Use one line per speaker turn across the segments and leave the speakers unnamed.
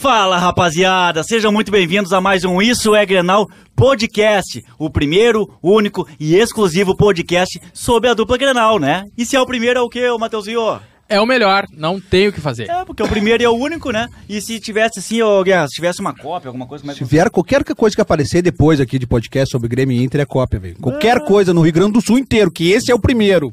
Fala rapaziada, sejam muito bem-vindos a mais um Isso é Grenal Podcast, o primeiro, único e exclusivo podcast sobre a dupla Grenal, né? E se é o primeiro é o quê, ô Matheusinho?
É o melhor, não tem o que fazer.
É, porque é o primeiro e é o único, né? E se tivesse assim, ô Guerra, se tivesse uma cópia, alguma coisa, como é
Se
que...
vier qualquer coisa que aparecer depois aqui de podcast sobre Grêmio e Inter é cópia, velho.
Ah.
Qualquer coisa no Rio Grande do Sul inteiro, que esse é o primeiro.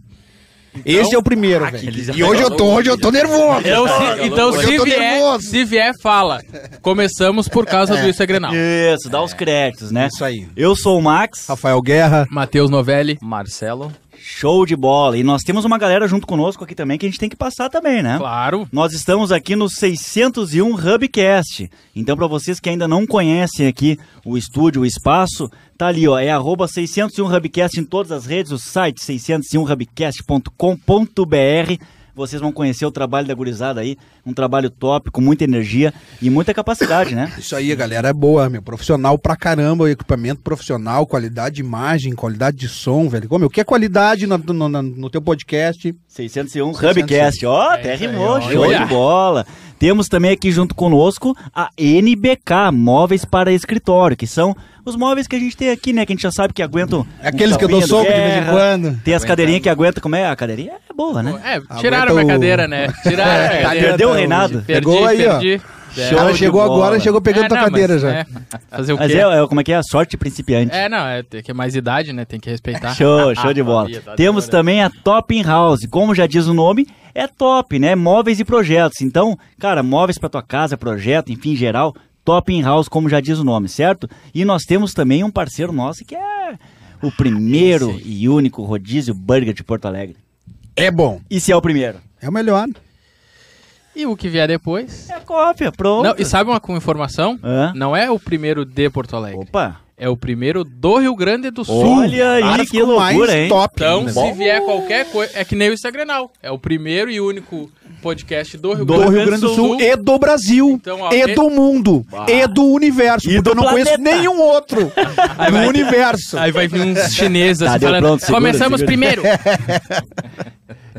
esse é o primeiro,
Então, ah, eles
velho.
já
E hoje eu tô, hoje eu tô nervoso.
Então, se, então, se
hoje Ah, eu tô
vier,
nervoso.
se vier, fala. Começamos por causa do Isso é Grenal.
Isso, dá os créditos, né?
Isso aí.
Eu sou o Max,
Rafael Guerra.
Matheus Novelli.
Marcelo.
show de bola. E nós temos uma galera junto conosco aqui também que a gente tem que passar também, né?
Claro.
Nós estamos aqui no 601 Hubcast. Então, para vocês que ainda não conhecem aqui o estúdio, o espaço, tá ali, ó, é arroba 601 Hubcast em todas as redes, o site 601hubcast.com.br. Vocês vão conhecer o trabalho da gurizada aí, um trabalho top, com muita energia e muita capacidade, né?
Isso aí, galera, é boa, meu. Profissional pra caramba, equipamento profissional, qualidade de imagem, qualidade de som, velho. Como, o que é qualidade na- no, na- no teu podcast?
601 Hubcast, ó,
É
até
isso aí,
rimou,
ó,
show
olha.
de bola. Temos também aqui junto conosco a NBK, móveis para escritório, que são os móveis que a gente tem aqui, né, que a gente já sabe que aguentam... um
Aqueles que eu dou
tapinha do
soco de vez em
guerra,
quando.
Tem as cadeirinhas que aguentam, como é? A cadeirinha é boa, né?
É, tiraram minha
Aguenta o-
cadeira, né? Tiraram a minha
tá
cadeira.
Perdeu o
adiantando.
reinado.
Perdi,
Pegou aí, ó.
perdi. É.
O cara
Show de
chegou
bola.
agora, chegou pegando
É,
tua
não,
cadeira
mas,
já.
é, fazer o
Mas
quê?
é, é, como é que é? A sorte principiante.
É, não, é tem que é mais idade, né? Tem que respeitar.
Show, show de bola.
Sabia, tá
Temos
adorando.
também a Top In House, como já diz o nome, é top, né? Móveis e projetos. Então, cara, móveis para tua casa, projeto, enfim, em geral, Top In House, como já diz o nome, certo? E nós temos também um parceiro nosso que é o primeiro e único rodízio burger de Porto Alegre.
É bom.
E se é o primeiro?
É o melhor.
E o que vier depois?
É cópia, pronto.
Não, e sabe uma com informação?
Hã?
Não é o primeiro de Porto Alegre.
Opa,
É o primeiro do Rio Grande do Sul.
olha
Cara,
aí que
ficou mais
loucura, hein?
Top,
Então,
né?
se vier qualquer coisa, é que nem o Instagrenal. É o primeiro e único podcast do Rio,
do Rio Grande do Sul e do Brasil
Então, ó,
e
e-
do mundo e do universo,
E
porque
do
eu não
planeta.
conheço nenhum outro do
vai-
universo.
Aí vai vir uns chineses
Tá,
assim
deu,
falando,
pronto, segura,
começamos
segura."
primeiro.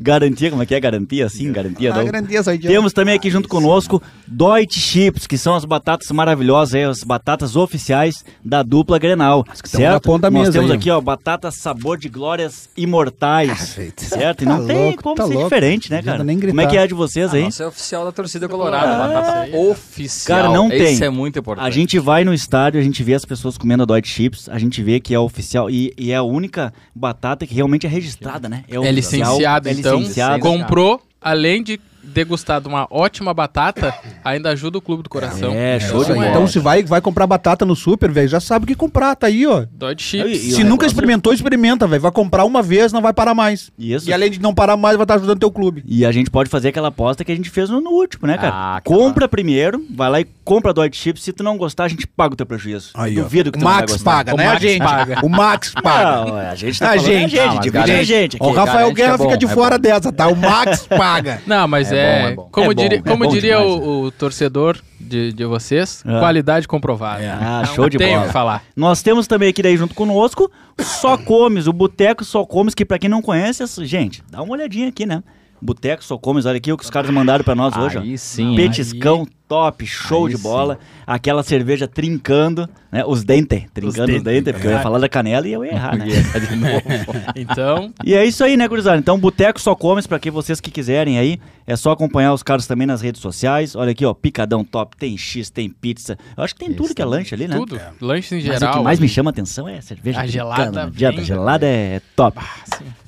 Garantia, como é que é? Garantia sim, garantia
Ah,
não.
grandeza aí, Diego.
Temos também aqui
Ah,
junto conosco Deutsche Chips, que são as batatas maravilhosas, aí, as batatas oficiais da dupla Grenal.
estão na
Certo?
ponta
Nós
mesa
temos
aí, ó.
aqui, ó, batatas sabor de glórias imortais.
Cacete.
certo? E não
Tá
tem
louco,
como
tá
ser
louco.
diferente, né,
Não adianta
cara?
nem
como é
gritar.
que é a de vocês aí?
Nossa, é oficial da torcida colorada, batata oficial.
Ah, Cara, não tem.
Isso é muito importante.
A gente vai no estádio, a gente vê as pessoas comendo a Deutsche Chips, a gente vê que é oficial e, e é a única batata que realmente é registrada, né?
É
oficial,
licenciado,
é
então.
licenciado.
Comprou, além de degustar de uma ótima batata, ainda ajuda o Clube do Coração.
É, show de
Isso aí.
bola.
Então se vai, vai comprar batata no super, velho, já sabe o que comprar, tá aí, ó.
Dói de
Aí,
chips.
E o
Se nunca
negócio-
experimentou, experimenta, velho. Vai comprar uma vez, não vai parar mais.
Isso.
E além de não parar mais, vai estar ajudando teu clube.
E a gente pode fazer aquela aposta que a gente fez no, no último, né, cara?
Ah, que
compra primeiro, vai lá e compra a Dodge Chips. Se tu não gostar, a gente paga o teu prejuízo.
Aí, ó.
Duvido que
O
tu não vai
Max
gostar.
paga,
O
né, a
Max
gente?
paga.
O Max paga.
Não, a gente tá
A
falando,
gente.
a
Não,
gente,
mas
divide a
garante-
gente aqui.
Ó, o Rafael
garante que é
Guerra fica
bom,
de
é
fora
bom.
dessa, tá? O Max paga.
Não,
É
mas é.
bom, é bom.
Como
É bom,
diria,
é
como
bom
diria
demais,
o, o torcedor de, de vocês,
Ah.
É.
qualidade comprovada.
É.
Ah,
Não
show de
tenho
bola.
o que falar.
Nós temos também aqui daí junto conosco o Só Comes, o Boteco Só Comes, que pra quem não conhece, é- gente, dá uma olhadinha aqui, né? Boteco Só Comes, olha aqui o que os caras mandaram pra nós hoje, ó.
Aí sim.
Petiscão top, show
Aí
de
sim.
bola. Aquela cerveja trincando, né? Os dentes, trincando os dentes,
dentes,
porque eu ia falar da canela e eu ia errar, né?
de novo.
Então,
E é isso aí, né, gurizada? Então, Boteco Só Comes, pra quem vocês que quiserem aí, é só acompanhar os caras também nas redes sociais. Olha aqui, ó, Picadão Top, tem X, tem pizza. Eu acho que tem tudo que é lanche ali, né?
tudo. Lanches em
Mas
geral.
o que mais me chama a atenção é a cerveja.
A
trincando,
gelada
Não adianta,
vem- né? Ah,
gelada é top.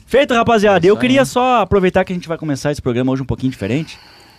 Feito, rapaziada. eu queria só aproveitar que a gente vai começar esse programa hoje um pouquinho diferente.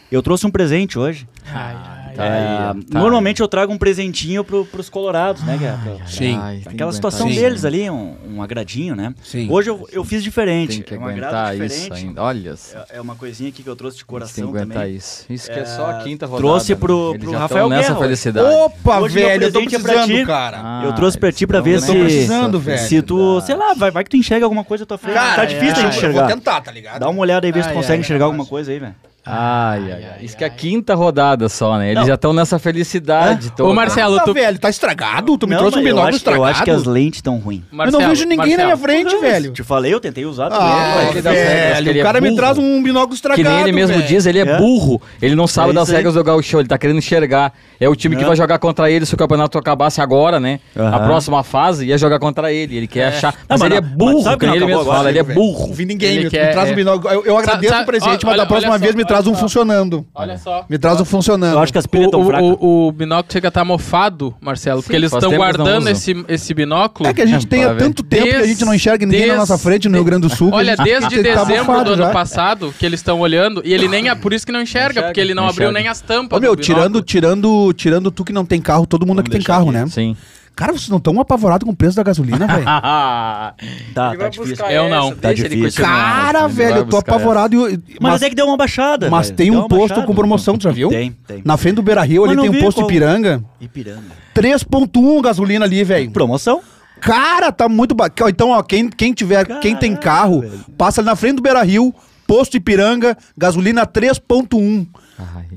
Eu trouxe um presente hoje.
Ai, ai,
Tá
ai.
É,
aí, tá
normalmente eu trago um presentinho pro, pros colorados, né,
Ah,
Guerra? Pra-
Sim.
Ai, tem que
Aquela
aguentar
situação
isso,
deles
né?
ali, um, um agradinho, né?
Sim.
Hoje eu, eu fiz diferente.
Tem que
é um agrado
aguentar isso
diferente.
ainda. Olha só.
É- É uma coisinha aqui que eu trouxe de
Tem que
coração
aguentar
também.
isso. Isso que é só a quinta rodada.
trouxe
né?
pro-
Eles
pro
já tão
Rafael
nessa
Guerra hoje.
felicidade.
Opa,
Hoje meu
velho, eu tô
presente é pra
precisando,
ti.
cara.
Ah,
eu trouxe pra ti
então
pra ver
eles tão
se-
precisando, velho.
Se tu, sei lá, vai, vai que tu enxerga alguma coisa na tua frente. tá difícil a
eu
gente enxergar.
tentar, tá ligado?
Dá um uma olhada aí, vê se tu
Ai,
consegue
ai,
enxergar alguma coisa aí, velho.
Ai, ai, ai. Isso que é a quinta rodada só, né? Eles já estão nessa felicidade. toda.
Ô, Marcelo,
tá,
tu...
velho, tá estragado? Tu me
Não,
trouxe um
mas eu
binóculo
acho-
estragado?
Eu acho que as lentes estão ruins.
Marcelo,
eu não vejo ninguém na minha
Marcelo,
frente, velho.
Te falei, eu tentei usar. tu
Ah,
lembra?
ele dá certo, ele
velho,
é
o cara me
burro.
traz um binóculo
Que
estragado,
nem ele mesmo
velho.
diz, ele é,
É.
burro. Ele não sabe
É
das
isso aí.
regras do Gauchão, ele tá querendo enxergar. É o time que
É.
vai jogar contra ele se o campeonato acabasse agora, né? A
Aham.
próxima fase ia jogar contra ele. Ele quer achar. Mas,
mas
ele é
não- mas
burro,
sabe que
que
não
ele
acabou
mesmo
agora,
fala, ele é
velho?
burro.
Vi ninguém,
Ele
me,
quer-
me traz
é.
um binóculo. Eu, eu agradeço
sabe-
o presente,
olha-
mas da próxima
olha só,
vez me
olha
traz um
só.
funcionando.
É
Olha só.
Me traz um funcionando.
Eu acho que as pilhas
O,
estão fracas.
o, o binóculo chega a estar mofado, Marcelo, porque eles
faz
estão
tempo que não
guardando
usam.
esse, esse binóculo.
É que a gente tem há
Pá,
tanto tempo que a gente não enxerga ninguém
Des-
na nossa frente no Rio Grande do Sul. que a
Olha,
gente
desde
tá
dezembro
abafado
do ano
já.
passado que eles estão olhando e ele nem. Por isso que não enxerga,
enxerga,
porque ele não,
não
abriu
enxerga.
nem as tampas.
Ô meu,
do
tirando,
binóculo.
tirando, tirando tu que não tem carro, todo mundo aqui tem carro, né?
Sim.
Cara, vocês não estão apavorados com o preço da gasolina, velho?
Tá,
Ele
tá
vai
difícil.
buscar
Eu
essa,
não.
Tá
deixa ele
difícil.
continuar.
Cara,
Nossa,
velho,
vai
eu tô
buscar
abavorado. e eu-
Mas, é que deu uma baixada.
mas
velho.
tem
Deu
um
uma
posto
baixada.
com promoção, tu já viu?
Tem, tem.
Na frente do Beira Rio
Mas
ali
não
tem um
vi
posto
qual-
Ipiranga.
Ipiranga.
3.1 gasolina ali, velho.
Promoção?
Cara, tá muito bacana. Então, ó, quem, quem tiver, quem tem
Caraca,
carro,
velho.
passa ali na frente do Beira Rio, posto Ipiranga, gasolina 3.1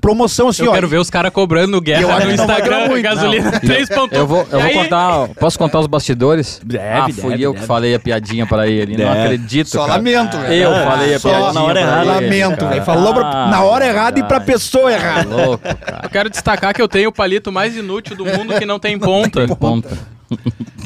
promoção assim,
Eu
ó.
quero ver os caras cobrando
Eu
guerra
acho
no
que não vai
Instagram,
durar muito, né?
gasolina 3.1.
Eu vou, eu
E
vou
aí?
contar. Posso contar os bastidores?
Deve,
ah, fui
deve,
eu
deve.
que falei a piadinha pra ele. Não
Deve.
acredito.
Só
cara. É.
lamento, velho.
Eu falei a
Só
piadinha. Ah,
na hora
pra
errada.
ele,
Lamento,
cara.
velho. Falou pra- na hora errada e pra
cara,
pessoa errada.
tá Louco, cara.
Eu quero destacar que eu tenho o palito mais inútil do mundo que não tem ponta.
Ponta.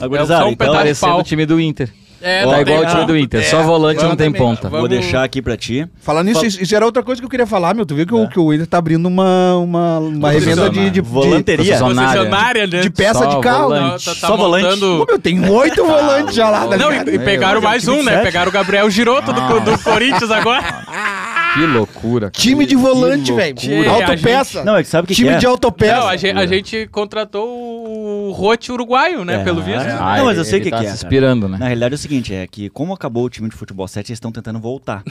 É,
Agorizado,
só um
então.
pedaço.
olha,
Parecendo
pau.
o time do Inter.
É,
tá
não É,
igual o
tem-
time do Inter. Só volante não tem ponta.
Vou deixar aqui pra ti.
Falando nisso, isso, isso era outra coisa que eu queria falar, meu. Tu viu que, o, que o Inter tá né? abrindo uma, uma, uma revenda de, de, de,
Volanteria.
Profissional.
Concessionária, né?
de peça
Só
de carro.
volante.
né?
Não, tá, tá
Só volante.
montando-
Ô, meu, tem oito volantes já lá. tá
Não,
ligado?
e, e pegaram mais um, né?
sete.
Pegaram o Gabriel Giroto
Ah.
do, do Corinthians agora.
Que loucura. cara.
Time de
Que
volante, velho.
loucura.
Auto-
Autopeça.
Não, é que sabe o que,
Time
que é?
de autopeça.
Não, a gente, a gente contratou o Rote uruguaio, né?
É.
Pelo visto.
É.
Ah,
Não, mas eu
ele-
sei o
ele
que
tá
que é,
se
cara.
inspirando, né?
Na realidade é o seguinte, é que como acabou o time de futebol 7, eles estão tentando voltar.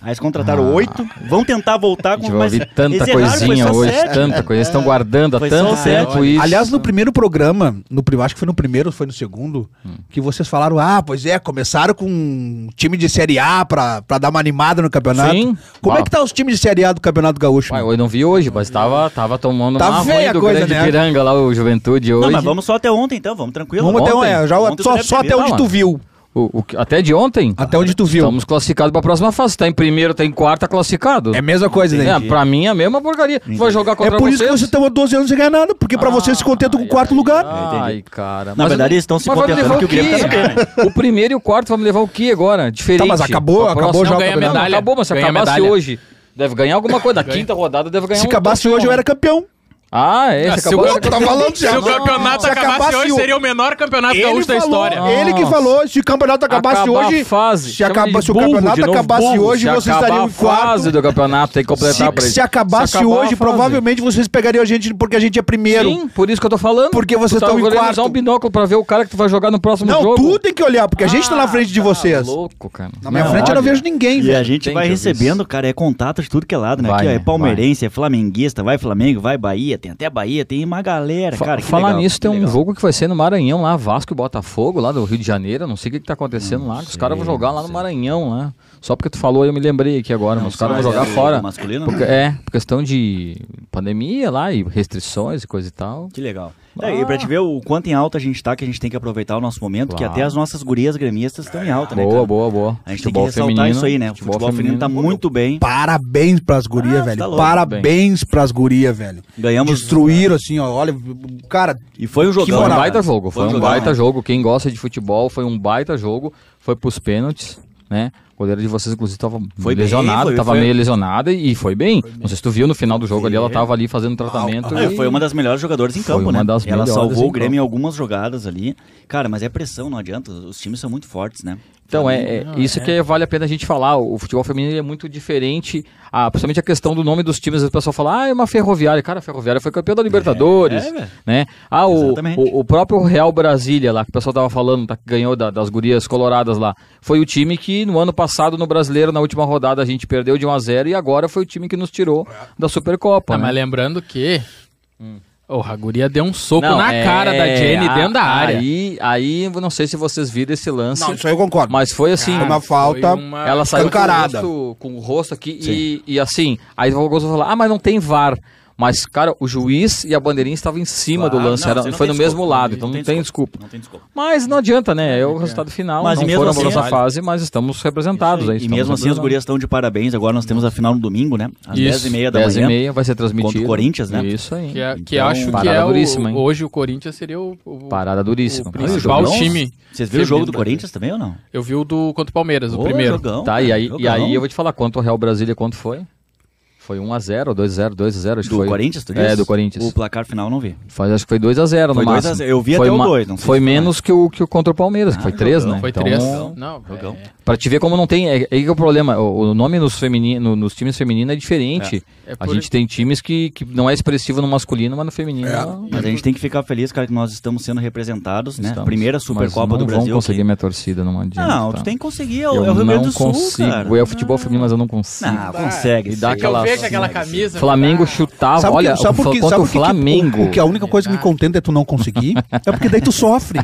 Aí eles contrataram oito, vão tentar voltar
Ah. A
com
gente vai ouvir tanta
eles erraram, foi
coisinha
só
hoje,
sete.
tanta coisa. Eles estão guardando há
Foi
tanto
só sete.
tempo isso.
Aliás, no primeiro programa, no, pri- acho que foi no primeiro, foi no segundo,
Hum.
que vocês falaram: ah, pois é, começaram com um time de Série A pra, pra dar uma animada no campeonato.
Sim.
Como
Ah.
é que tá os times de Série A do Campeonato Gaúcho?
Uai,
meu?
eu não vi hoje, mas tava, tava tomando
Tá
uma
feia
ruim do
a coisa,
grande
né?
piranga lá, o Juventude hoje.
Não, mas vamos só até ontem então, vamos tranquilo.
Vamos até,
ontem-
é, já,
ontem
só,
tu
só
deve
até
ter
onde
visto,
tu viu.
O- o que- até de ontem?
Até onde tu viu.
Estamos classificados pra próxima fase. Tá em primeiro, tá em quarta classificado.
É a mesma coisa, né?
É, pra mim é a mesma porcaria. Vai jogar
É
contra
por isso que
vocês? Ah,
vocês estão há 12 anos sem ganhar nada, porque pra vocês se contentam com o quarto lugar.
É,
Ai,
entendi.
cara.
Na
Mas
verdade,
eu-
eles estão se
mas vai me
contentando
levar
que o Grêmio tá
quê? O primeiro e o quarto vamos levar o que agora? Diferente.
Tá, mas acabou-
Pra
acabou
próxima-
já o
Não, ganha
campeonato.
medalha. Acabou, mas se
Ganha
acabasse
medalha.
hoje, deve ganhar alguma coisa. Da quinta rodada deve ganhar
Se
um
acabasse
troféu,
hoje, eu
né?
era campeão.
Ah, é,
Ah, se o
se acabasse...
Galo
eu era
tá falando
campeão.
Se o
Não,
campeonato
se
acabasse
acabasse
hoje,
o-
seria o menor campeonato
Ele
gaúcho da
falou,
história.
ele que
Nossa.
falou, se o campeonato acabasse
Acabar
hoje,
a fase.
se,
Chama de
acaba, se o
burro
campeonato
de novo,
acabasse
burro.
hoje,
Se
vocês
acabar
estariam
a
em quarto.
fase do campeonato, tem que
Se,
completar pra ele.
se acabasse
acabar a
hoje,
fase.
provavelmente vocês pegariam a gente porque a gente é primeiro.
Sim, por isso que eu tô falando.
Porque vocês
Tu tá
estão em
olhando
quarto.
usar um binóculo pra ver o cara que tu vai jogar no próximo
não,
jogo.
tu tem que olhar, porque a gente tá na
Ah,
frente de
tá
vocês.
louco, cara.
Na minha frente eu não
olha.
vejo ninguém,
E a
velho.
gente
Tem
vai
que ouvir
recebendo, cara, é contato de tudo que é lado, né?
Vai,
Aqui, ó,
né?
é palmeirense, é flamenguista, vai Flamengo, vai Bahia, tem até Bahia, tem uma galera,
Fa-
É, cara. que
falar
legal,
nisso,
que
tem um
legal.
jogo que vai ser no Maranhão lá, Vasco e Botafogo, lá do Rio de Janeiro. eu Não sei o que, que tá acontecendo lá. que Os caras vão jogar lá no Maranhão, né? Só porque tu falou, eu me lembrei aqui agora, mas os caras
mas
vão jogar
é do
fora.
masculino,
Porque-
né?
é, por questão de pandemia lá e restrições e coisa e tal.
Que legal. É, e pra te ver o quanto em alta a gente tá, que a gente tem que aproveitar o nosso momento, que
Claro.
até as nossas gurias gremistas estão em alta, né?
Boa,
cara?
boa, boa.
A gente tem que ressaltar isso aí, né? O futebol, feminino, tá muito bem.
Parabéns pras
Ah,
gurias, velho.
tá louco,
Parabéns pras gurias, velho.
Ganhamos-
Destruíram, assim, ó. Olha, cara,
E foi um jogão.
Foi um
moral,
cara.
baita jogo, foi, um
jogão,
baita
né?
jogo. Quem gosta de futebol, foi um baita jogo. Foi pros pênaltis, né? O goleiro de vocês, inclusive, tava
Foi bem,
lesionado,
foi-
tava
foi-
meio lesionada e foi bem. Não sei se tu viu no final do jogo ali, ela tava ali fazendo tratamento.
Ah,
e-
foi uma das melhores jogadoras em
Foi
campo,
uma
né?
das
Ela
melhores
salvou
em
o Grêmio em algumas jogadas ali. Cara, mas é pressão, não adianta. Os times são muito fortes, né?
Então, é, é isso que vale a pena a gente falar. O futebol feminino ele é muito diferente, ah, principalmente a questão do nome dos times. O pessoal fala, ah, é uma ferroviária. Cara, a ferroviária foi campeã da Libertadores.
É, velho.
né? Ah, o,
Exatamente.
o, o próprio Real Brasília, lá, que o pessoal tava falando, tá, que ganhou da- das gurias coloradas lá. Foi o time que no ano passado, no brasileiro, na última rodada, a gente perdeu de 1 a 0 e agora foi o time que nos tirou da Supercopa.
Ah,
né?
mas lembrando que Oh, a guria deu um soco
Não,
na
é,
cara da Jenny
a-
dentro da área.
Aí, aí, eu não sei se vocês viram esse lance,
Não, isso aí eu concordo.
mas foi assim.
Foi uma falta.
Foi uma-
Ela saiu com o,
escancarada.
rosto, com o rosto aqui e, e assim. Aí o Augusto falou: Ah, mas não tem VAR. Mas, cara, o juiz e a bandeirinha estavam em cima
Claro,
do lance.
não,
era-
você não
foi
tem
no mesmo
desculpa,
lado, então não tem desculpa.
Não tem desculpa.
Mas não adianta, né? É o resultado final.
Mas
não
mesmo
foram
assim-
a nossa fase, mas estamos representados. aí,
e mesmo
estamos
assim, os
representados.
gurias estão de parabéns. Agora nós temos a final no domingo, né? Às
Isso,
10h30 da
10 e
manhã.
meia vai ser transmitido.
Contra o Corinthians, né?
Isso aí.
Que, é- que
Então,
eu acho que
parada
é
duríssima,
o,
hein?
hoje o Corinthians seria o, o-
Parada duríssima.
o
cara.
principal
jogão?
time.
Vocês viram o jogo do
Feminino,
Corinthians também ou não?
Eu vi o do contra o Palmeiras, o
Ô,
primeiro.
jogão,
Tá, e aí,
cara,
e aí
jogão.
eu vou te falar quanto o Real Brasília quanto foi? Foi 1x0, 2x0, 2x0, acho que
Do
foi.
Corinthians, tu
É,
disse?
do Corinthians.
O placar final eu não vi.
Faz, acho que foi 2x0 no
Foi 2 a
máximo.
0, eu vi
foi
até o
ma-
2, não sei
Foi
se foi Ah,
menos que o, que o contra o Palmeiras, que foi 3,
jogão.
né?
Foi
Então,
três. Não,
Jogão.
é-
Pra te ver como não tem. É, é aí que é o problema. O, o nome nos, femini, no- nos times femininos é diferente.
É. É
a
por-
gente tem times que, que não é expressivo no masculino, mas no
É.
feminino. é um não-
Mas a gente tem que ficar feliz, cara, que nós estamos sendo representados, né?
estamos.
Primeira Supercopa do
mas não
Brasil.
Não conseguir
que-
minha torcida, não adianta.
Não,
tá?
tu tem que conseguir. É
Eu
o é o Rio Grande
não
do Sul,
consigo.
cara.
É o futebol feminino, mas eu não consigo.
Não, consegue.
E dá
sim.
Que eu
aquela-
vejo aquela camisa.
Flamengo chutava,
Sabe
Ah, olha,
por quê? Sabe
o,
por quê?
contra
Sabe
o
por quê que tu-
Flamengo.
o que a única coisa que me contenta é tu não conseguir, é porque daí tu sofre.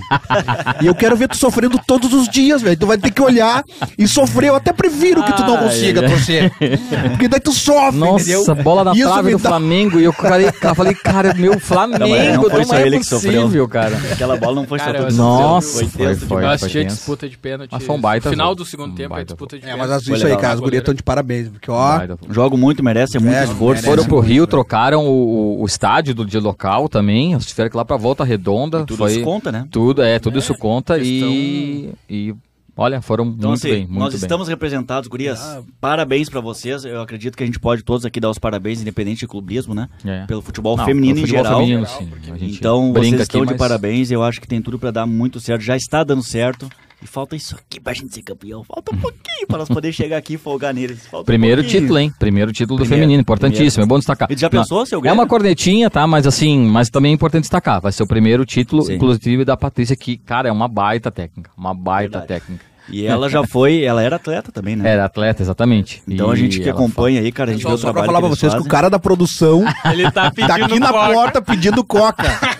e eu quero ver tu sofrendo todos os dias, velho. Tu vai ter que olhar e sofrer. Eu até prefiro que tu não
Ai,
consiga
ai.
torcer. Porque daí tu sofre, entendeu?
Nossa, bola na
Isso
trave
me
do
dá-
Flamengo. E eu falei, cara, falei, cara, meu Flamengo,
Não,
um
mas não
não,
foi só
é
ele que sofreu.
possível, cara.
Aquela bola não foi só
Cara,
tudo.
eu-
Nossa,
Foi
foi,
tenso
foi,
demais.
foi,
Eu assisti a
tenso.
disputa de pênalti.
Mas foi um baita
Final
jogo.
do segundo
Um
tempo, a
baita
disputa de
É,
pênalti.
mas assiste isso
legal.
aí, cara. As gurias estão de parabéns, porque ó.
Vai, dá-
Jogo muito, merece, é muito
Merece,
esforço.
merece.
Foram pro Rio, trocaram o, o- o estádio do, de local também. Eles tiveram que ir lá pra Volta Redonda.
Tudo
foi,
isso conta, né?
Tudo, é, tudo isso conta.
questão-
E, e, olha, foram
Então,
muito
assim,
bem, muito
nós
bem.
estamos representados, gurias.
Ah.
Parabéns pra vocês. Eu acredito que a gente pode todos aqui dar os parabéns, independente de clubismo, né?
É.
Pelo futebol
Não,
feminino
pelo
em
futebol
geral.
feminino, sim. A gente
Então,
brinca
vocês estão
aqui,
de
mas-
parabéns. Eu acho que tem tudo pra dar muito certo. Já está dando certo. E falta isso aqui pra gente ser campeão. Falta um pouquinho pra nós poder chegar aqui e folgar neles. Falta um
Hum. Primeiro
pouquinho.
título, hein? Primeiro título do
Primeiro,
feminino, importantíssimo, é bom destacar.
E já pensou se eu
É
ganhar?
uma cornetinha, tá? Mas assim, mas também é importante destacar. Vai ser o primeiro título,
Sim.
inclusive, da Patrícia, que, cara, é uma baita técnica. Uma baita
Verdade.
técnica.
E ela já foi, ela era atleta também, né?
Era atleta, exatamente.
Então a
É, E
gente que
ela
acompanha aí, cara, a gente
Só-
vê o
Só
trabalho
pra falar pra
que eles
vocês que
fazem.
o cara da produção
Ele tá
tá
pedindo
aqui na
coca.
porta pedindo coca.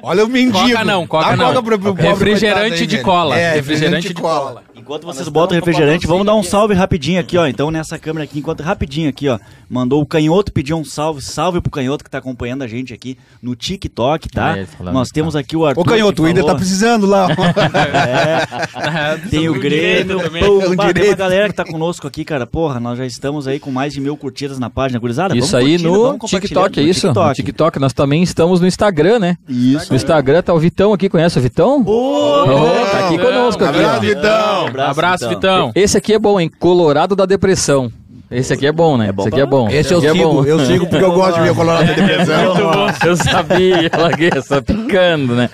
Olha o mendigo.
Coca não, coca
Dá
não.
pro- pro pobre
Refrigerante
coitado
de
aí, velho.
cola,
É,
refrigerante de cola.
Enquanto vocês botam o refrigerante, vamos dar um salve rapidinho aqui, ó. Então nessa câmera aqui, enquanto rapidinho aqui, ó, mandou o canhoto pedir um salve, salve pro canhoto que tá acompanhando a gente aqui no TikTok, tá?
É, ele falando,
Nós temos aqui o Arthur.
Ô, canhoto,
que
o Inter tá
falou-
precisando lá.
Tem o Grêmio,
também.
pô,
É um
bah, tem uma
direito.
galera que tá conosco aqui, cara. Porra, nós já estamos aí com mais de mil curtidas na página, gurizada.
Isso
vamos
aí
curtindo,
no
vamos compartilhando
TikTok, é
no
isso? No
TikTok.
TikTok, nós também estamos no Instagram, né?
Isso.
No Instagram tá o Vitão aqui, conhece o Vitão?
Ô,
Ô, tá aqui
Vitão,
conosco aqui, ó.
abraço,
Um
Vitão.
Abraço,
então.
Vitão.
Esse aqui é bom, hein? Colorado da Depressão. Esse aqui é bom, né?
É bom
Esse aqui
pra-
é bom.
Esse eu
aqui é
sigo, eu sigo porque eu gosto de ver o Colorado da depressão.
Eu sabia, eu larguei essa picando, né?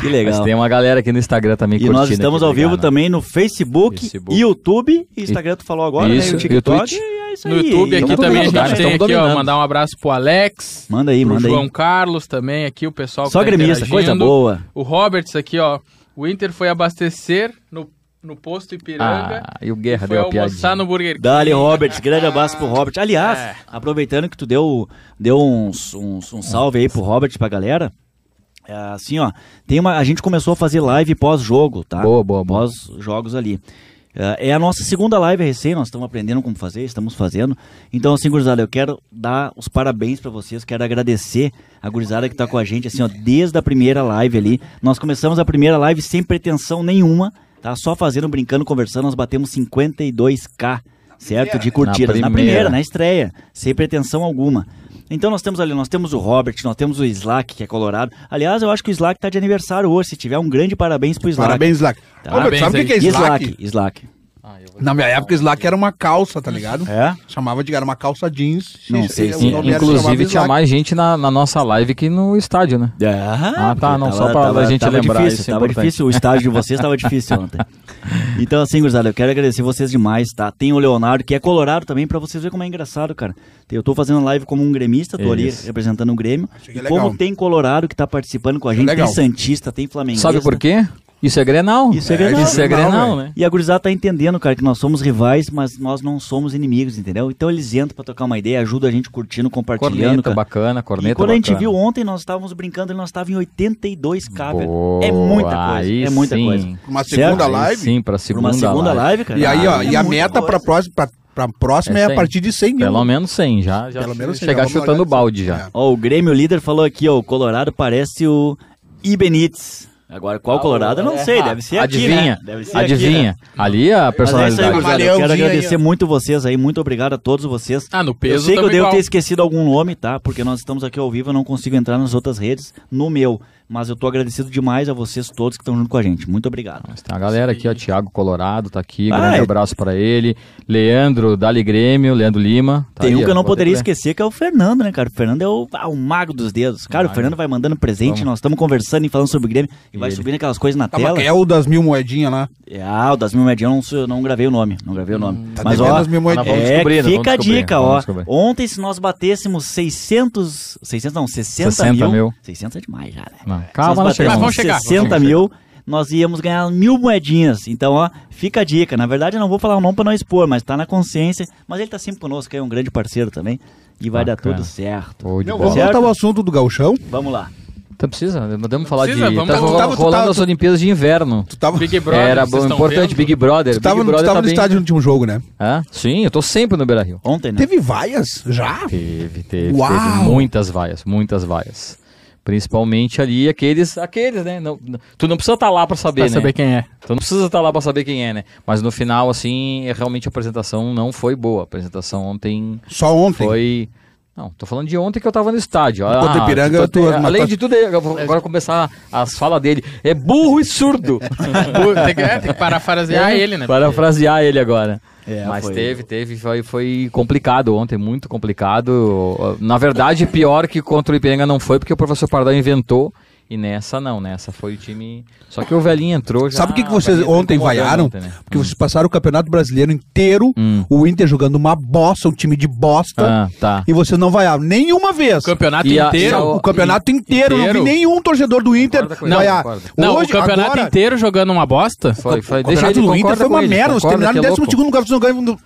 Que legal.
Mas tem uma galera aqui no Instagram também
E
curtindo.
nós estamos
aqui,
ao vivo
legal, né?
também no Facebook,
Facebook.
YouTube, e Instagram tu falou agora,
Isso,
né?
e
O
o
TikTok.
Twitch.
é isso
No
aí.
YouTube
E
aqui
tamo
também a
dominando,
gente
né?
tem
Tamo
aqui, ó,
dominando.
mandar um abraço pro Alex,
Manda aí,
pro
manda
João
aí.
Carlos também aqui, o pessoal que
Só
tá
gremista, coisa
interagindo.
boa.
O Roberts aqui, ó, o Inter foi abastecer no, no posto Ipiranga
Ah, e o
e
Guerra
foi
deu a piadinha.
almoçar no Burger King.
Dali Roberts, grande abraço pro Robert. Aliás, aproveitando que tu deu, deu uns, uns- um salve aí pro Robert e pra galera. é, assim, ó, tem uma, a gente começou a fazer live pós-jogo, tá?
Boa, boa, boa.
Pós-jogos ali. É é a nossa segunda live recém, nós estamos aprendendo como fazer, estamos fazendo. Então, assim, gurizada, eu quero dar os parabéns pra vocês, quero agradecer a gurizada que tá com a gente, assim, ó, desde a primeira live ali. Nós começamos a primeira live sem pretensão nenhuma, tá? Só fazendo, brincando, conversando, nós batemos 52k, certo? De curtidas.
Na
Na
primeira.
primeira, na estreia, sem pretensão alguma. Então nós temos ali, nós temos o Robert, nós temos o Slack, que é colorado. Aliás, eu acho que o Slack tá de aniversário hoje, se tiver um grande parabéns pro Slack.
Parabéns, Slack.
Tá.
Ô, meu, tu sabe o que que é
E
Slack?
Slack, Slack.
Na minha época, Slack era uma calça, tá ligado?
É?
Chamava de era uma calça jeans.
Não
E-
sei
e-
se-
o nome era- chamava
Inclusive tinha
Slack.
mais gente na, na nossa live que no estádio, né?
Ah,
Ah, tá, não, só pra gente lembrar,
Difícil,
isso é
tava
importante.
difícil, o estágio de vocês tava difícil ontem. Então, assim, gurizada, eu quero agradecer vocês demais, tá? Tem o Leonardo, que é colorado também, pra vocês verem como é engraçado, cara. Eu tô fazendo live como um gremista, tô ali
Isso.
representando o Grêmio.
Achei é
E
legal.
como tem colorado que tá participando com a
Achei
gente,
legal.
tem Santista, tem Flamenguista.
Sabe por quê? Isso é Grenal.
Isso é Grenal.
Isso é
Grenal,
Grenal,
velho.
né?
E a gurizada tá entendendo, cara, que nós somos rivais, mas nós não somos inimigos, entendeu? Então eles entram pra tocar uma ideia, ajudam a gente curtindo, compartilhando.
Corneta
cara.
bacana, corneta
e quando a gente
bacana.
viu ontem, nós estávamos brincando e nós estávamos em 82k, velho.
Boa,
É muita coisa.
aí
É muita
sim.
coisa.
Uma segunda
Certo?
Aí
live.
Sim, pra
Pra
segunda,
uma segunda live, cara.
E aí, ó,
É
e a
muita
meta pra
coisa.
próxima, pra, pra próxima
É
é, a
100.
partir de 100 mil.
Pelo menos 100 já. já
Pelo menos 100
Chegar
já, vamos
chutando o
largar
balde
disso.
já.
Ó, o Grêmio líder falou aqui, ó, o Colorado parece o Ibenites. Agora, qual
Ah,
Colorado? Eu não
é.
sei, deve ser
Adivinha,
aqui, né? Deve ser
adivinha.
Aqui, né?
Ali
Mas
a
é isso aí,
personalidade.
gurizada. Eu quero
Valeuzinho aí,
agradecer
ó.
muito vocês aí, muito obrigado a todos vocês.
Ah, no
Eu
peso
sei que eu
tamo
devo
igual.
ter esquecido algum nome, tá? Porque nós estamos aqui ao vivo, eu não consigo entrar nas outras redes no meu. Mas eu tô agradecido demais a vocês todos que estão junto com a gente. Muito obrigado.
Mas tem a galera aqui, ó, Thiago Colorado tá aqui,
Ah,
grande
é.
abraço pra ele. Leandro Dali Grêmio, Leandro Lima. tá
Tem
aí,
um que
ó,
eu não
vou
poderia
ter que ler.
esquecer, que é o Fernando, né, cara? O Fernando é o, ah, o mago dos dedos. Cara, o Fernando vai mandando presente,
Vamos.
nós estamos conversando e falando sobre o Grêmio, e, vai
ele?
subindo aquelas coisas na
Tá,
tela.
mas é o das mil moedinhas lá.
Tá
É, Ah, o das mil moedinhas, eu não, sou- eu não gravei o nome, não gravei o nome.
Tá
Mas
devendo
ó,
as mil moedinhas.
Ah, vamos
é,
descobrir, né? Vamos
fica a
descobrir,
dica,
vamos
ó.
descobrir.
Ontem, se nós batêssemos 600, 600 não, 60,
60
mil,
mil.
600 é demais já, né?
Não,
Se nós
calma, não chegamos.
Mas vamos chegar.
60 mil, nós íamos ganhar mil moedinhas. Então, ó, fica a dica. Na verdade, eu não vou falar o nome pra não expor, mas tá na consciência. Mas ele tá sempre conosco, é um grande parceiro também. E vai dar
Bacana.
tudo certo.
Show de
Não,
bola.
vamos
Certo.
voltar ao assunto do gauchão.
Vamos lá.
Então precisa, né? podemos falar
precisa,
de.
vamos-
tá
tu
rolando,
tava- tu
rolando
tava-
as Olimpíadas de Inverno.
Tu tava,
Big Brother,
Era
vocês
bom,
estão
importante,
vendo?
Big Brother.
tu tava,
Big
no- tu
Brother
tava
tá
no
bem-
estádio no último jogo, né?
Hã? Sim, eu tô sempre no Beira Rio.
Ontem, né?
Teve vaias? Já?
Teve, teve,
Uau!
teve muitas vaias, muitas vaias. Principalmente ali aqueles, aqueles, né? Não- não- tu não precisa estar lá pra saber,
Pra
né?
saber quem é.
Tu não precisa estar lá pra saber quem é, né? Mas no final, assim, é, realmente a apresentação não foi boa. A apresentação ontem
Só ontem.
foi. Não, tô falando de ontem que eu tava no estádio. Ah,
Contra o Ipiranga,
tu-
eu tô-
tu-
mas
é, além
tá-
de tudo, eu vou agora começar as falas dele. É burro e surdo.
Pô, tem, que, é, tem que parafrasear ele, né?
Parafrasear ele agora.
É,
Mas
foi-
teve, teve, foi, foi complicado ontem, muito complicado. Na verdade, pior que contra o Ipiranga não foi, porque o professor Pardal inventou. E nessa não, nessa foi o time. Só que o velhinho entrou já.
Sabe o que, que
o
vocês
velhinho entrou
ontem
incomodando
vaiaram?
tá ontem, né?
Porque vocês passaram o Campeonato Brasileiro inteiro,
Hum.
o Inter jogando uma bosta, um time de bosta,
Ah, tá.
e vocês não vaiaram nenhuma vez.
O campeonato
E a-
inteiro.
e a-
O campeonato inteiro, eu não vi
Inteiro?
nenhum torcedor do Inter
Concorda com ele,
vaiar.
concorda.
Não,
Hoje,
o campeonato
agora,
inteiro jogando uma bosta.
Foi, foi.
O campeonato
ele,
do Inter
concorda
foi uma
com ele,
merda. Eles
concorda
terminaram
que
em
é
12
louco.
segundo lugar, vocês não ganham. do-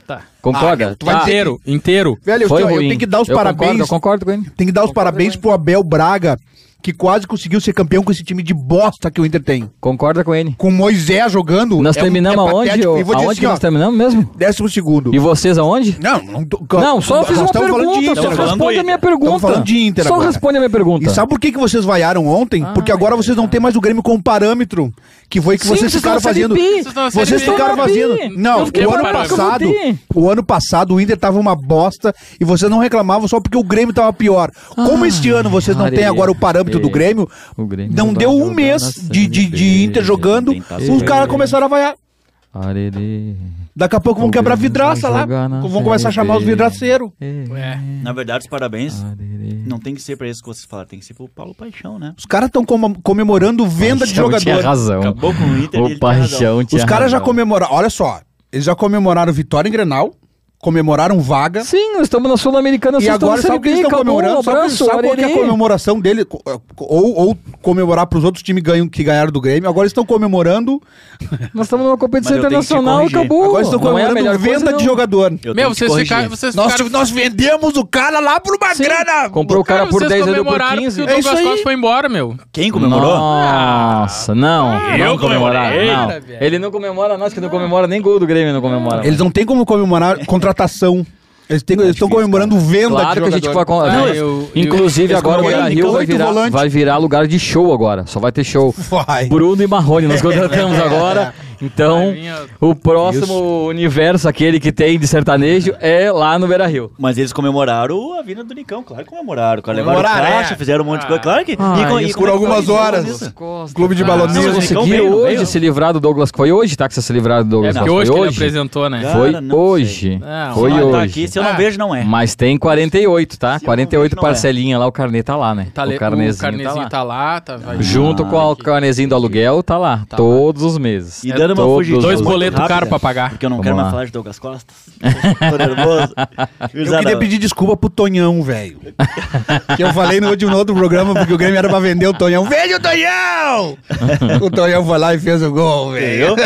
Concorda?
tu vai
Tá.
dizer-
Inteiro, inteiro.
Velho, eu,
Foi
tenho- eu
ruim.
tenho que dar os
Eu concordo,
parabéns.
eu concordo com ele.
Tem que dar os parabéns pro Abel Braga, que quase conseguiu ser campeão com esse time de bosta que o Inter tem.
Concorda com ele.
Com o Moisés jogando.
Nós
é um-
terminamos
é
aonde?
patético.
ô?
E vou dizer
aonde que nós
assim, ó,
terminamos mesmo?
décimo segundo.
E vocês aonde?
Não, não, tô,
Não, só
nós
fiz uma
estamos falando de
pergunta,
Inter
só
agora.
falando
responde a minha
Estamos
pergunta.
falando de Inter
Só
agora.
responde a minha pergunta. Ah, é
E sabe por que, que vocês vaiaram ontem? Porque agora vocês não têm mais o Grêmio como parâmetro. Que foi que
Sim,
vocês
vocês estão
ficaram
na Série
fazendo.
B.
Vocês estão na Série
Vocês
B.
ficaram
Estão na
fazendo.
B.
Não,
Eu fiquei
o ano
preocupado com
passado.
você.
O ano passado o Inter tava uma bosta e vocês não reclamavam só porque o Grêmio tava pior. Como este ano vocês não têm
areia,
agora o parâmetro do
areia.
Grêmio,
Ah, é. O Grêmio
não
vai
deu um
jogar na
mês de, de, de
Série
Inter
B.
jogando,
Tem que tá
os caras
certo.
começaram a vaiar.
Arerê.
Daqui a pouco vão
O
quebrar
Grêmio
vidraça
vai
lá.
jogar na
Vão começar a
Série
chamar os
B.
vidraceiros.
É.
Na verdade, os parabéns
Ah. Arerê.
não tem que ser pra isso que vocês falaram, tem que ser pro Paulo Paixão, né?
Os caras estão comemorando venda de
Paixão Tinha
jogador.
razão.
Acabou com o Inter e ele
O
tem razão.
paixão tinha
Os caras já
razão.
comemoraram. Olha só, eles já comemoraram vitória em Grenal, comemoraram vaga.
Sim, nós estamos na Sul-Americana.
E
vocês
agora sabe
estão na
o que eles
Série B,
estão
acabou, um
comemorando? Sabe,
abraço,
sabe qual que é a
arerê.
comemoração dele? Co- é, Ou, ou comemorar pros outros times ganham, que ganharam do Grêmio. Agora eles estão comemorando.
Nós estamos numa competição
Mas eu tenho que te
internacional,
corrigir.
acabou.
agora eles estão
Não é a
comemorando
melhor
venda
coisa, não.
de jogador.
Eu tenho
Meu,
que
vocês
corrigir.
ficaram. Vocês
Nós,
ficaram.
nós vendemos o cara lá por uma grana.
Comprou o cara
Cara,
por
vocês
10, vendeu por
comemoraram
15.
que o
É isso
Douglas
aí.
Costa foi embora, meu.
Quem comemorou?
Nossa, não.
eu
não comemorar.
comemorei.
Não.
Cara, velho.
Ele não comemora nós, que não comemora nem gol do Grêmio, não comemora.
Eles não têm como comemorar contratação. Eles têm- eles estão comemorando venda de
Claro que a
jogador.
gente vai. con-
Ah,
Não,
eu-
inclusive,
eu-
agora o
eles
Beira
colocam
Rio vai
oito
virar,
volantes.
vai virar lugar de show agora. Só vai ter show.
Vai.
Bruno e Marrone, nós contratamos agora. Então,
Vai vir a-
o próximo universo, aquele que tem de sertanejo, é lá no Beira Rio.
Mas eles comemoraram a vinda do Nicão, claro que comemoraram. Cara. Levaram
Comemoraram,
caixa,
é.
fizeram um monte de coisa, claro que.
Ah,
co- como
isso
por
é que foi
algumas
isso?
horas.
Isso.
Clube
Ah,
de
Não,
Vocês
mas o
balonistas.
Nicão
conseguiram
veio, não
hoje
veio?
se livrar do Douglas. Foi hoje, tá? Que vocês se livraram do Douglas.
É,
Costa?
porque hoje
foi
é que ele apresentou, É, né?
Cara,
Foi
Ah, não
hoje.
Não,
Foi
se não Tá
hoje.
aqui, se eu não
Ah.
vejo, não é.
Mas tem 48, tá?
Se eu não vejo,
48
não é.
parcelinha lá, o carnê tá lá, né?
Tá le-
o carnezinho,
o carnezinho
tá lá.
tá lá, tá, vai-
Junto com o carnezinho do aluguel, tá lá.
Tá
todos os meses.
E
É
dando dando uma
Todos
fugidinha.
os
Dois
muito
boletos
rápida,
caros pra pagar.
Porque eu não
Vamos
quero
lá.
mais falar de Douglas Costas. Tô nervoso.
Eu queria pedir desculpa pro Tonhão, velho. que eu falei no último no outro programa porque o Grêmio era pra vender o Tonhão. Vende o Tonhão! o Tonhão foi lá e fez o gol, velho.
Entendeu?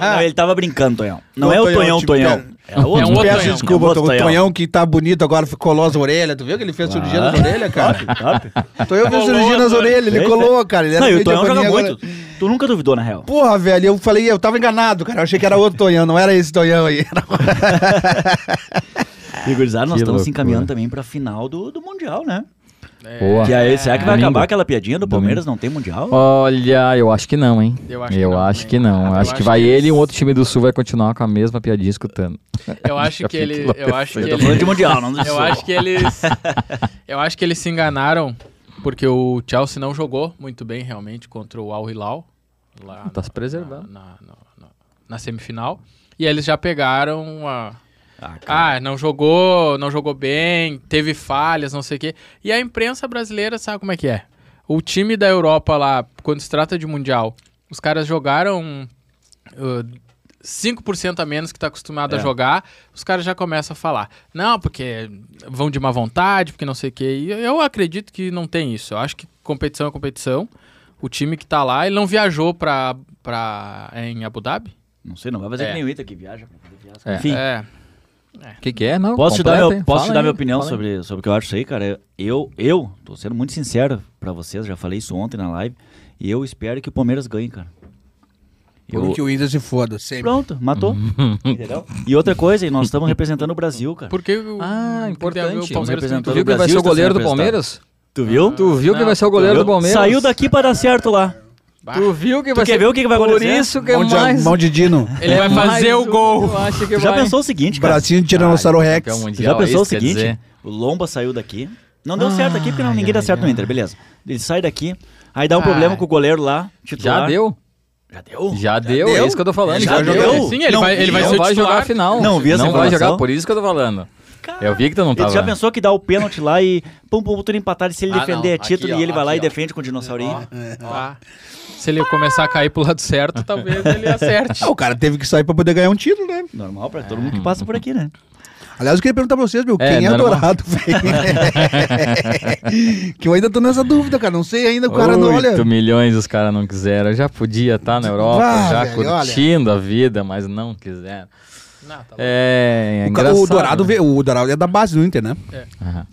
Não, ele tava brincando, Tonhão. Não,
Ô,
é o
Tonhão,
Tonhão,
te
Tonhão.
pego.
outro
É um
Tonhão.
outro Tonhão.
É
Desculpa,
um
o
outro
Tonhão que tá bonito agora, colou as orelhas. Tu viu que ele fez cirurgia nas orelhas, cara?
Top.
O Tonhão fez
Colou
cirurgia
as
nas orelhas, ele
Fez,
colou, cara. Ele era
Não, e o
feito de
Tonhão joga
agonia
muito. Tu nunca duvidou, na real.
Porra, velho, eu falei, eu tava enganado, cara. Eu achei que era outro Tonhão, não era esse Tonhão aí.
E, gurizada, nós
Que
estamos se
loucura.
encaminhando também pra final do, do Mundial, né?
Boa.
É,
Que aí, será que vai
Domingo.
acabar aquela piadinha do
Domingo.
Palmeiras não tem Mundial?
Olha, eu acho que não, hein?
Eu acho que não também.
que não.
Ah,
Eu
eu
acho
acho
que vai
que
ele e um
eles-
outro time do Sul vai continuar com a mesma piadinha escutando.
Eu acho que ele. Eu acho que
Eu tô falando de
ele.
Mundial, não do
Eu
Sul.
acho que eles. Eu acho que eles se enganaram, porque o Chelsea não jogou muito bem realmente contra o Al Hilal. Lá
Tá se preservando.
na, na- na- na semifinal. E aí eles já pegaram a.
Ah, cara.
Ah, não jogou, não jogou bem, teve falhas, não sei o quê. E a imprensa brasileira sabe como é que é. O time da Europa lá, quando se trata de Mundial, os caras jogaram uh, 5% a menos que tá acostumado a
É.
jogar, os caras já começam a falar. Não, porque vão de má vontade, porque não sei o quê. E eu acredito que não tem isso. Eu acho que competição é competição. O time que tá lá, ele não viajou pra, pra, é em Abu Dhabi?
Não sei, não vai fazer
É.
que nem o Ita que viaja. pra fazer viagem.
É.
Enfim,
É.
O que, que é? Não,
Posso te dar,
completa,
meu-
hein?
posso te
Fala
dar
aí,
minha opinião
fala aí.
sobre, sobre o que eu acho isso aí, cara? Eu, eu tô sendo muito sincero pra vocês, já falei isso ontem na live, e eu espero que o Palmeiras ganhe, cara. Eu-
Porque um o Inter se foda, sempre.
Pronto, matou. Entendeu? E outra coisa, nós estamos representando o Brasil, cara.
Porque o-
Ah,
porque daí O Palmeiras
importante.
tem
representando
Tu
tudo.
viu que vai
Brasil
ser o
está
goleiro
sendo
do Palmeiras?
Tu viu?
Tu viu que
Não,
vai ser o goleiro do
Entendeu?
Palmeiras?
Saiu daqui pra dar certo lá.
Tu viu que
Tu
vai
quer
ser...
ver o que que vai
Por
acontecer?
isso que é
Mão de,
mais...
mão de Dino.
É
Ele vai fazer
um
o gol.
Tu já pensou o seguinte, cara?
Bracinho de Tiranossauro Rex.
Tu
é
já pensou o seguinte? O Lomba saiu daqui. Não deu certo aqui porque não, ninguém dá certo no Inter, beleza. Ele sai daqui, aí dá um
Ah.
problema com o goleiro lá, titular.
Já deu.
Já deu?
Já deu,
deu?
é isso que eu tô falando.
Já deu?
Sim, ele
Não,
vai, ele vai
não
ser o
vai
titular.
jogar a final.
Não vi essa
Não vai
informação.
jogar, por isso que eu tô falando. Eu vi que tu não
Ele
tava.
já pensou que dá o pênalti lá e pum, pum, tudo empatado. E se ele
Ah,
defender
não.
é título
Aqui, ó,
e ele vai lá
aqui,
e
ó.
defende com o dinossaurinho.
Tá. Se ele começar a cair pro lado certo, talvez ele acerte.
Ah, o cara teve que sair pra poder ganhar um título, né?
Normal pra
É.
todo mundo que passa por aqui, né?
Aliás, eu queria perguntar pra vocês, meu,
É,
quem é
normal.
Dourado, velho? que eu ainda tô nessa dúvida, cara. Não sei ainda, o cara não olha.
8 milhões os caras não quiseram. Eu já podia estar na Europa,
Ah,
já
velho,
curtindo a vida, mas não quiseram.
Não, tá bom.
É, é
O, ca- o
engraçado,
Dourado,
né?
veio- o Dourado é da base do Inter, né?
Aham.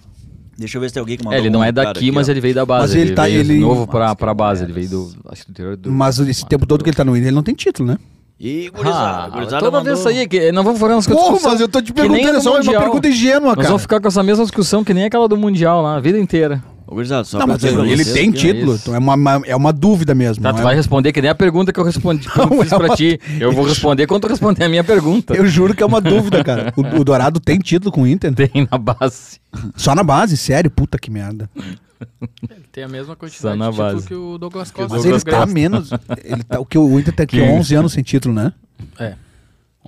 Deixa eu ver se tem alguém que mandou.
É, ele não
um
é
cara
daqui,
aqui,
mas
ó.
ele veio da
Mas
base.
ele tá-
veio de
ele-
novo pra,
Mas
pra
que
base, ele
merda.
veio do, acho que do interior do...
Mas esse tempo todo que ele tá no Inter, ele não tem título, né?
Ih, gurizada,
Ah,
gurizada
toda
mandou.
vez isso aí, que, não vamos forar nas
Porra, mas eu tô te
que nem
perguntando,
no
é só uma
Mundial.
pergunta ingênua,
Nós
cara.
vamos ficar com essa mesma discussão que nem aquela do Mundial lá, a vida inteira.
Ô, gurizada, só
Não,
pra
mas
dizer pra
ele
vocês
tem
que-
título, então é uma, uma- é uma dúvida mesmo.
Tá,
não
tu
é-
vai responder que nem a pergunta que eu respondi que eu
Não,
fiz
é
pra
uma-
ti. Eu vou responder quando tu responder a minha pergunta.
Eu juro que é uma dúvida, cara. O, o Dourado tem título com o Inter?
Tem na base.
Só na base, sério, puta que merda.
Ele tem a mesma
Só
quantidade
na
de título
base.
que o Douglas Costa.
Mas
Douglas
ele
Douglas
tá
Costa.
menos. Ele tá, o que o Inter tá aqui 11 anos sem título, né?
É.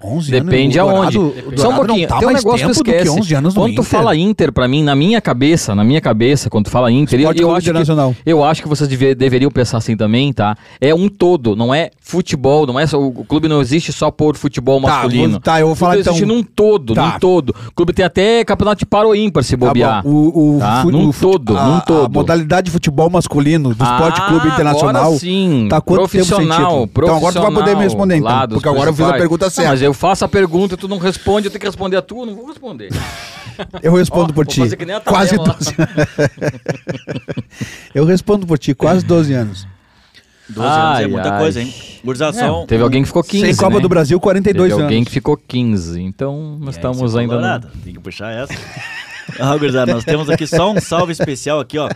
11
Depende
anos. o
aonde.
Dourado- o
é Só um
Dourado não
pouquinho.
Tá
Tem um
mais
negócio que
tempo
tu
do que
esquece.
11 anos no
quando tu
Inter. Tá,
fala Inter, pra mim, na minha cabeça, na minha cabeça, quando tu fala Inter, eu,
Esporte
eu
Clube
acho
Internacional.
que, eu acho que vocês deve- deveriam pensar assim também, tá? É um todo, não é futebol, não é só, o clube não existe só por futebol
Tá,
masculino.
vou- tá, eu vou falar
O clube
então.
existe num todo,
Tá.
num todo. O clube tem até campeonato de paro ímpar se
Tá bom,
bobear.
o, o,
Tá?
fu-
Num
o fute-
todo,
a-
num
A
todo.
modalidade de futebol masculino do Esporte
Ah,
Clube Internacional.
Agora sim.
Tá quanto tempo sem
profissional,
título? Então agora tu vai poder me responder, então,
lá dos
porque agora eu fiz a
principais.
pergunta
Não,
certa.
mas eu faço a pergunta e tu não responde, eu tenho que responder a tua, eu não vou responder.
Eu respondo
Ó,
por
vou
ti.
fazer que nem a tabela
Quase
lá.
12 Eu respondo por ti, quase 12 anos.
12 anos é
Ai,
muita
ai.
coisa, hein? Gurizada, só um-
É. Teve alguém que ficou 15,
Sem Copa
né?
do Brasil,
Teve
42
alguém
anos.
que ficou 15, então nós
É,
estamos
isso é
ainda
colorado,
no...
Tem que puxar essa. Ah, gurizada, nós temos aqui só um salve especial aqui, ó,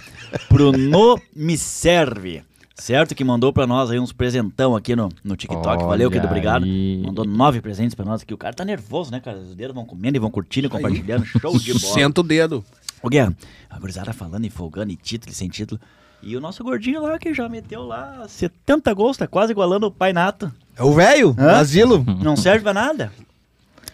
pro No Me Serve, certo? Que mandou pra nós aí uns presentão aqui no, no TikTok. Valeu,
Olha
querido, obrigado.
aí.
Mandou nove presentes pra nós aqui. O cara tá nervoso, né, cara? Os dedos vão comendo e vão curtindo e compartilhando. Show de bola.
o dedo.
Ô, Guerra, a gurizada falando e folgando, e título, e sem título. E o nosso gordinho lá, que já meteu lá 70 gols, tá quase igualando o Pai Nato.
É o velho,
Hã?
asilo.
Não serve pra nada.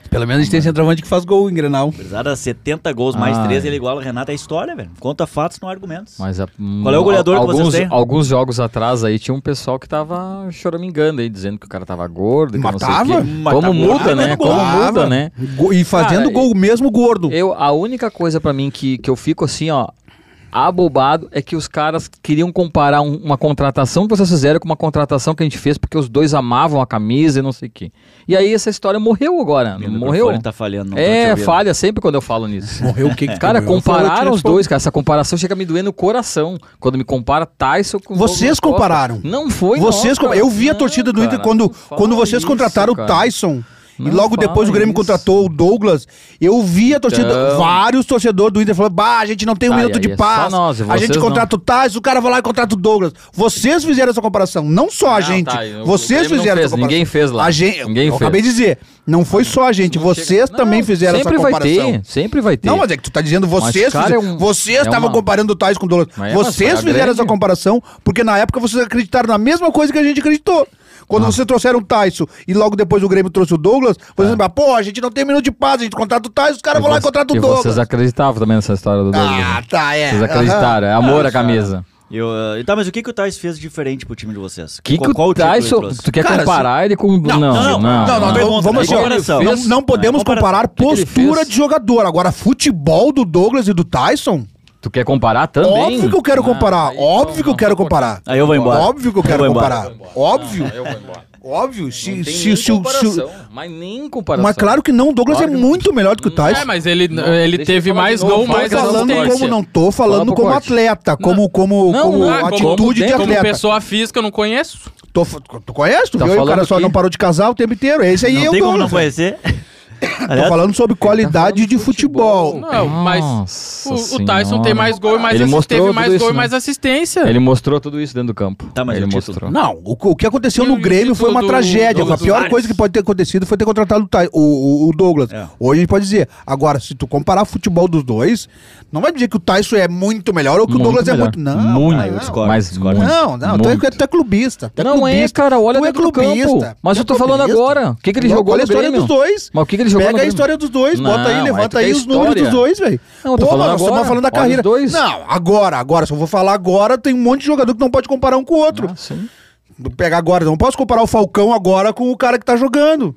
Pelo menos a gente tem centroavante que faz gol em Grenal.
Apesar 70 gols mais
Ah,
3,
é.
ele iguala o Renato. É história, velho. Conta fatos, não argumentos.
Mas a- hum,
Qual é o goleador que
alguns,
vocês têm?
Alguns jogos atrás aí tinha um pessoal que tava choramingando aí, dizendo que o cara tava gordo, que não sei
Matava?
o quê.
Matava.
Como muda,
tá
né? Como
Tava.
muda, né?
Go- E fazendo
Cara,
gol mesmo gordo.
Eu, a única coisa pra mim que, que eu fico assim, ó, abobado, é que os caras queriam comparar um- uma contratação que vocês fizeram com uma contratação que a gente fez porque os dois amavam a camisa e não sei o quê. E aí essa história morreu agora,
Meu
morreu.
microfone tá falhando. não tô te
é,
ouvindo.
falha sempre quando eu falo nisso.
Morreu o que que
Cara,
comeu?
compararam
Falou,
os dois, cara. Essa comparação chega a me doer no coração. Quando me compara Tyson com
Vocês
Douglas Costa.
compararam.
Não foi,
Vocês,
não,
com-
cara.
eu vi a
Não,
torcida do Inter
cara,
quando,
não
quando
fala
vocês
isso,
contrataram
cara.
o Tyson.
Não
e logo
fala
depois o Grêmio
isso.
contratou o Douglas. Eu vi a torcida,
Então.
vários torcedores do Inter falando: bah, a gente não tem um
Tá,
minuto
e aí
de
é só
paz.
nós, e
a gente
vocês
contrata o Tyson, o cara vai lá e contrata o Douglas. Vocês fizeram essa comparação, não só a
Não,
gente.
tá, eu- o
vocês
Grêmio não
fizeram
fez,
essa comparação.
ninguém fez lá.
A gente,
Ninguém
eu
fez.
acabei de dizer, não foi só a gente, vocês
Não,
também fizeram essa
sempre
comparação.
Vai ter, sempre vai ter.
Não, mas é que tu tá dizendo vocês.
cara,
fizeram-
é um-
vocês
é
estavam
uma-
comparando o Tais com o Douglas.
Mas é uma
vocês
história
fizeram
grande.
essa comparação porque na época vocês acreditaram na mesma coisa que a gente acreditou.
Ah.
Quando vocês trouxeram o Tyson e logo depois o Grêmio trouxe o Douglas, vocês falaram, pô, a gente não tem minuto de paz, a gente contrata o Tyson, os caras vão lá e
você-
contratam o
Ah. e
Douglas.
Vocês acreditavam também nessa história do Douglas. né?
Ah, tá, é.
Vocês acreditaram. É amor à camisa.
Ah,
Eu, eh, tá, mas o que, que o Tais fez diferente pro time de vocês?
Que que
Qual- qual
o
título ele
Tyson.
trouxe?
Tu quer
Cara,
comparar ele com. Não, não,
não,
Não, não,
não,
vamos, vamos
não,
assim, ó,
comparação.
não, não podemos
Não é comparação.
comparar
O que que ele
postura
fez?
de jogador. Agora, futebol do Douglas e do Tyson,
Tu quer comparar também?
óbvio que eu
Ah,
quero comparar, óbvio que eu quero comparar.
então, Aí eu vou embora.
Óbvio que eu quero
vou embora.
comparar. Óbvio. Óbvio. Se, se, se, o- se, o-
Mas nem comparação.
mas claro que não, o Douglas
Claro
é
que-
muito melhor do que o Tyson.
É, mas ele, ele
deixa eu
teve
falar
mais
de novo,
gol,
fala
Tô
mais
que eu
falando
não
assistência.
como não tô,
Fala
falando
pro
como
corte.
atleta, como, como,
Não,
como
não, como-
atitude de
como
ah, Como
atleta.
pessoa física, eu não conheço.
Tô fa- tu conhece, tu
Tá
viu? aí O cara
falando
só
aqui.
não parou de casar o tempo inteiro. Esse aí
Não
é o
tem como não
Douglas. né?
conhecer.
Tô
Aliás,
falando sobre qualidade
Tá falando
de
de futebol.
futebol.
Não, mas
Nossa
o, o Tyson
Senhora.
tem mais gol e mais
Ele
assistência.
mostrou
Teve mais
tudo
gol
isso,
e
né?
mais assistência. é
Ele mostrou tudo isso dentro do campo.
Tá, mas e
ele
o título?
mostrou.
Não, o, o que aconteceu
E
no
o
Grêmio foi uma
título do-
tragédia.
do-
a
do
pior
Soares?
coisa que pode ter acontecido foi ter contratado o, Ty- o- o- o Douglas.
É.
Hoje a gente pode dizer. Agora, se tu comparar o futebol dos dois, não vai dizer que o Tyson é muito melhor ou que o
Muito
Douglas é
melhor.
muito. Não,
muito.
cara,
eu
não.
discordo,
mas
discordo.
muito,
Não, não, tu é-
muito.
tu é, clubista. tu é
Não é,
clubista,
cara, olha
tu é
dentro do
clubista,
campo. Mas
tu é
eu tô falando
clubista.
agora. O que que ele
Não,
jogou
Olha a
no
história
Grêmio?
dos dois.
Mas o que que ele jogou no
Pega a
Grêmio?
história dos dois, bota aí,
Não, aí tu
levanta
quer
aí os números
história.
dos dois, velho.
Não, eu tô
Pô,
falando
nós estamos
agora.
falando da
Olha os
carreira.
dois.
Não, agora, agora, se eu vou falar agora, tem um monte de jogador que não pode comparar um com o outro.
Ah, sim.
Vou pegar agora, não posso comparar o Falcão agora com o cara que tá jogando.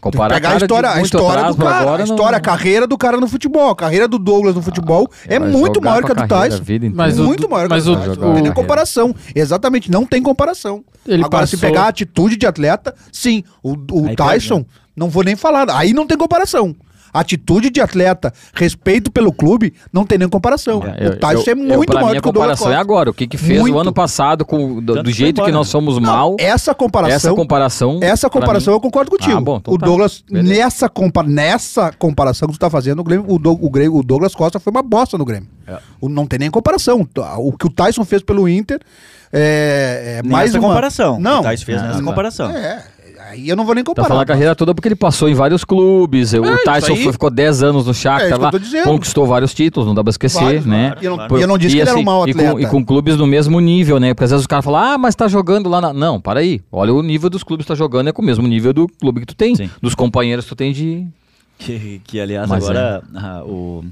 Comparar
pegar
cara
a
de
história, a
muito
história do
atrás pra
cara,
agora
a
não- Ah,
história, a carreira do cara no futebol, a carreira do Douglas no futebol é
Vai
muito
jogar
maior
com
que a do
carreira
Tyson.
vida
Mas
inteira.
o-
muito maior que a
mas
do
o-
Tyson.
o-
Não tem nem comparação. Exatamente, não tem comparação.
Ele
Agora, se
passou-
pegar a atitude de atleta, sim, o, o
Aí
Tyson,
né?
não vou nem falar, aí não tem comparação. Atitude de atleta, respeito pelo clube, não tem nem comparação.
É, eu-
o Tyson
eu-
é
eu,
muito
pra
maior
mim,
do que
a
o Douglas
comparação é
Costa.
agora. O que, que fez
Muito.
o ano passado com, do,
Tanto
do
que foi
jeito que
embora.
nós somos
Não,
mal.
essa comparação. é
Essa comparação,
Essa
Hum, pra
comparação
mim-
eu concordo contigo.
Ah, bom, então
o
tá.
Douglas,
Beleza.
nessa, compa nessa comparação que tu tá fazendo, o, Grêmio- o Doug- o Grêmio- o Douglas Costa foi uma bosta no Grêmio.
É.
O- não tem nem comparação. O que o Tyson fez pelo Inter é, é
nem
mais
essa
uma...
comparação.
Não.
O Tais fez
Ah,
nessa
tá.
comparação.
É, aí eu não vou nem
Tá falando
comparar.
a carreira toda porque ele passou em vários clubes. o
É, isso
Tyson
aí.
foi- ficou 10 anos no
É isso
Shakhtar
que eu
lá,
tô dizendo.
conquistou vários títulos, não dá pra esquecer,
Vários,
né?
claro, E eu não- claro. e eu não disse que ele era um mau
e com-
atleta.
E com, clubes no mesmo nível, né? Porque às vezes o cara fala, ah, mas tá jogando lá na... Não, para aí. Olha o nível dos clubes que tá jogando, é com o mesmo nível do clube que tu tem.
Sim.
Dos companheiros que tu tem de...
Que, que, aliás,
Mas é.
agora ah, o,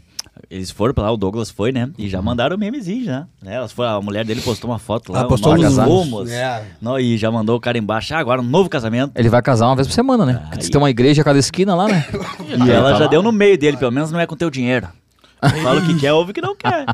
eles foram pra lá, o Douglas foi, né? E
Uhum.
já mandaram o memezinho, já. Né? Elas foram, a mulher dele postou uma foto lá,
Ah, postou
um
uns
novo
rumos.
rumos.
É.
Não, e já mandou o cara embaixo, ah, agora um novo casamento.
Ele vai casar uma vez por semana, né? Porque tem uma igreja a cada esquina lá, né?
E
aí
ela
tá
já
lá.
deu no meio dele, pelo menos não é com teu dinheiro. Fala o que quer, ouve o que não quer.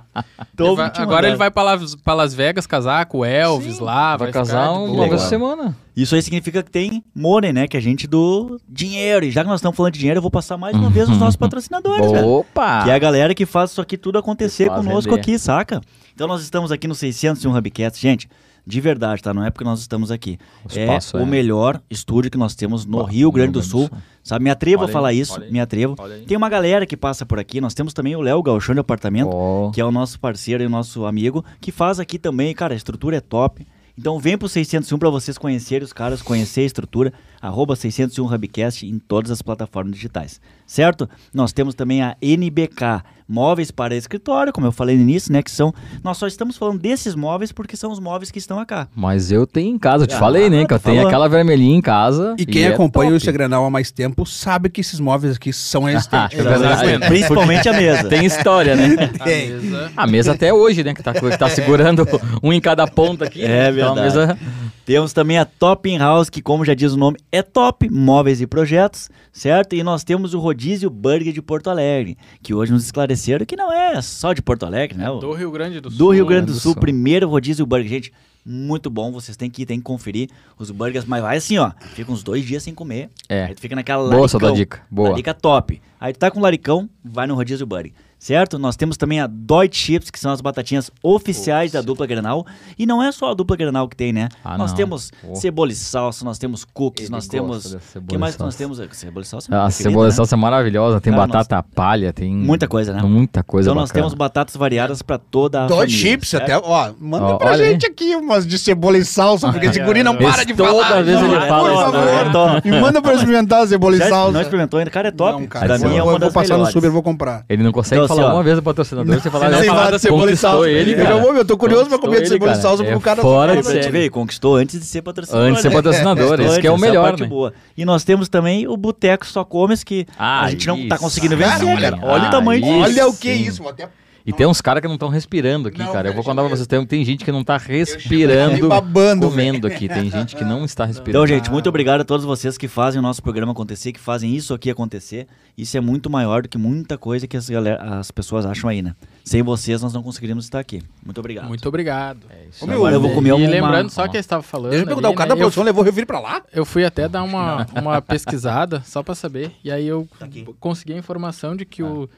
Então,
Ele
ouve
vai-
o que te
agora ele
mandaram.
vai pra Las, pra Las Vegas casar com o Elvis
Ah,
lá.
Vai
ficar
casar um
de
uma
boa.
vez por semana.
Isso aí significa que tem money, né? Que a gente do dinheiro. E já que nós estamos falando de dinheiro, eu vou passar mais uma vez os
Uhum.
nossos patrocinadores, velho.
Opa!
Que é a galera que faz isso aqui tudo acontecer
Que faz
conosco
render.
aqui, saca? Então nós estamos aqui no 601 Hubcast, gente. De verdade, tá? Não é porque nós estamos aqui.
O
É
espaço
o
é-
melhor estúdio que nós temos no
Bah,
Rio Grande do
no Rio
Sul.
Grande do Sul.
Sabe? Me atrevo
Olha
a
aí,
falar isso,
olha aí,
me atrevo.
olha aí.
Tem uma galera que passa por aqui. Nós temos também o Léo Galchão de Apartamento,
Ó.
que é o nosso parceiro e o nosso amigo, que faz aqui um também. Cara, a estrutura é top. Então vem pro 601 pra vocês conhecerem os caras, conhecer a estrutura. arroba 601 Hubcast em todas as plataformas digitais, certo? Nós temos também a NBK, móveis para escritório, como eu falei no início, né? Que são. Nós só estamos falando desses móveis porque são os móveis que estão acá.
Mas eu tenho em casa, eu te
Ah,
falei, né? Que
tá
eu tenho
falando.
aquela vermelhinha em casa.
E quem
é
acompanha o
top.
Instagranal há mais tempo sabe que esses móveis aqui são resistentes.
É verdade.
Exatamente. Principalmente a mesa.
Tem história, né?
A Tá mesa.
A mesa até hoje, né? Que tá, que tá segurando um em cada ponta aqui.
É
Então, a
verdade.
mesa-
Temos também a Top In House, que como já diz o nome, é top, móveis e projetos, certo? E nós temos o Rodízio Burger de Porto Alegre, que hoje nos esclareceram que não é só de Porto Alegre, né? O-
Do Rio Grande do Sul.
do Rio Grande do
do
Sul,
Sul.
primeiro rodízio burger. Gente, muito bom, vocês têm que ir, tem que conferir os burgers, mas vai assim, ó, fica uns dois dias sem comer,
É.
aí tu fica naquela
Boa essa
laricão,
tua dica, boa.
larica top. Aí tu tá com laricão, vai no rodízio burger, certo? Nós temos também a Dói Chips, que são as batatinhas oficiais da dupla Granal, e não é só a dupla Granal que tem, né?
Ah,
nós
não.
temos
Oh.
cebola e salsa, nós temos cookies,
Ele
nós
gosta
temos...
da
O
cebola
que
e
mais que nós
salsa.
temos? Cebola e salsa é minha
A
preferida,
cebola
né?
salsa é maravilhosa, tem
Cara,
batata palha, tem.
Muita coisa, né?
Muita coisa.
Então nós
bacana.
temos batatas variadas pra toda a
Dois
família.
chips
certo?
até, ó, manda
Ó,
pra
olha aí.
gente aqui umas de cebola e salsa, porque esse guri não
Esse
para de
toda
falar.
vez
não,
ele
por
fala isso,
favor.
né?
Toma.
Me manda pra eu experimentar a cebola e
Já não
salsa.
experimentou ainda? Cara, é top.
Não,
pra
cara,
mim
vou,
é
vou-
uma
vou
das
passar no
melhores.
super, vou comprar.
Ele não consegue
Então,
falar
assim, ó.
uma vez do patrocinador, você fala,
Sem
"Não,
falar da cebola e
conquistou
salsa.
Ele,
né?
um
Ele falou, "Meu, eu tô curioso pra
Conquistou
comer de
ele,
cebola e
cara.
salsa, porque o cara
É
não
fora
Aí
de
pra te
série.
ver, conquistou antes de ser patrocinador.
Antes de ser
né?
patrocinador, esse
Antes,
que é o
essa a
melhor,
parte
né?
boa. E nós temos também o Boteco Só Comes, que
Ah,
a gente não tá
isso.
conseguindo
Cara,
vencer, cara.
olha-
Olha o tamanho
ah,
disso.
Olha o que é
sim.
isso, vou até
E tem uns caras que não estão respirando aqui,
Não,
cara. Eu vou
cara,
contar pra vocês, tem, tem gente que não tá respirando,
eu babando,
comendo aqui. Tem gente que não está respirando. Ah,
Então, gente, muito obrigado a todos vocês que fazem o nosso programa acontecer, que fazem isso aqui acontecer. Isso é muito maior do que muita coisa que as, galera- as pessoas acham aí, né? Sem vocês, nós não conseguiríamos estar aqui. Muito obrigado.
Muito obrigado.
é
Ô, meu,
Agora eu vou comer
e
uma...
lembrando só que eu estava falando.
Deixa eu perguntar, o
ali,
cara
né,
da
eu,
produção levou o refri pra lá?
eu fui até dar uma, uma pesquisada, só pra saber. E aí eu
Tá
consegui a informação de que o,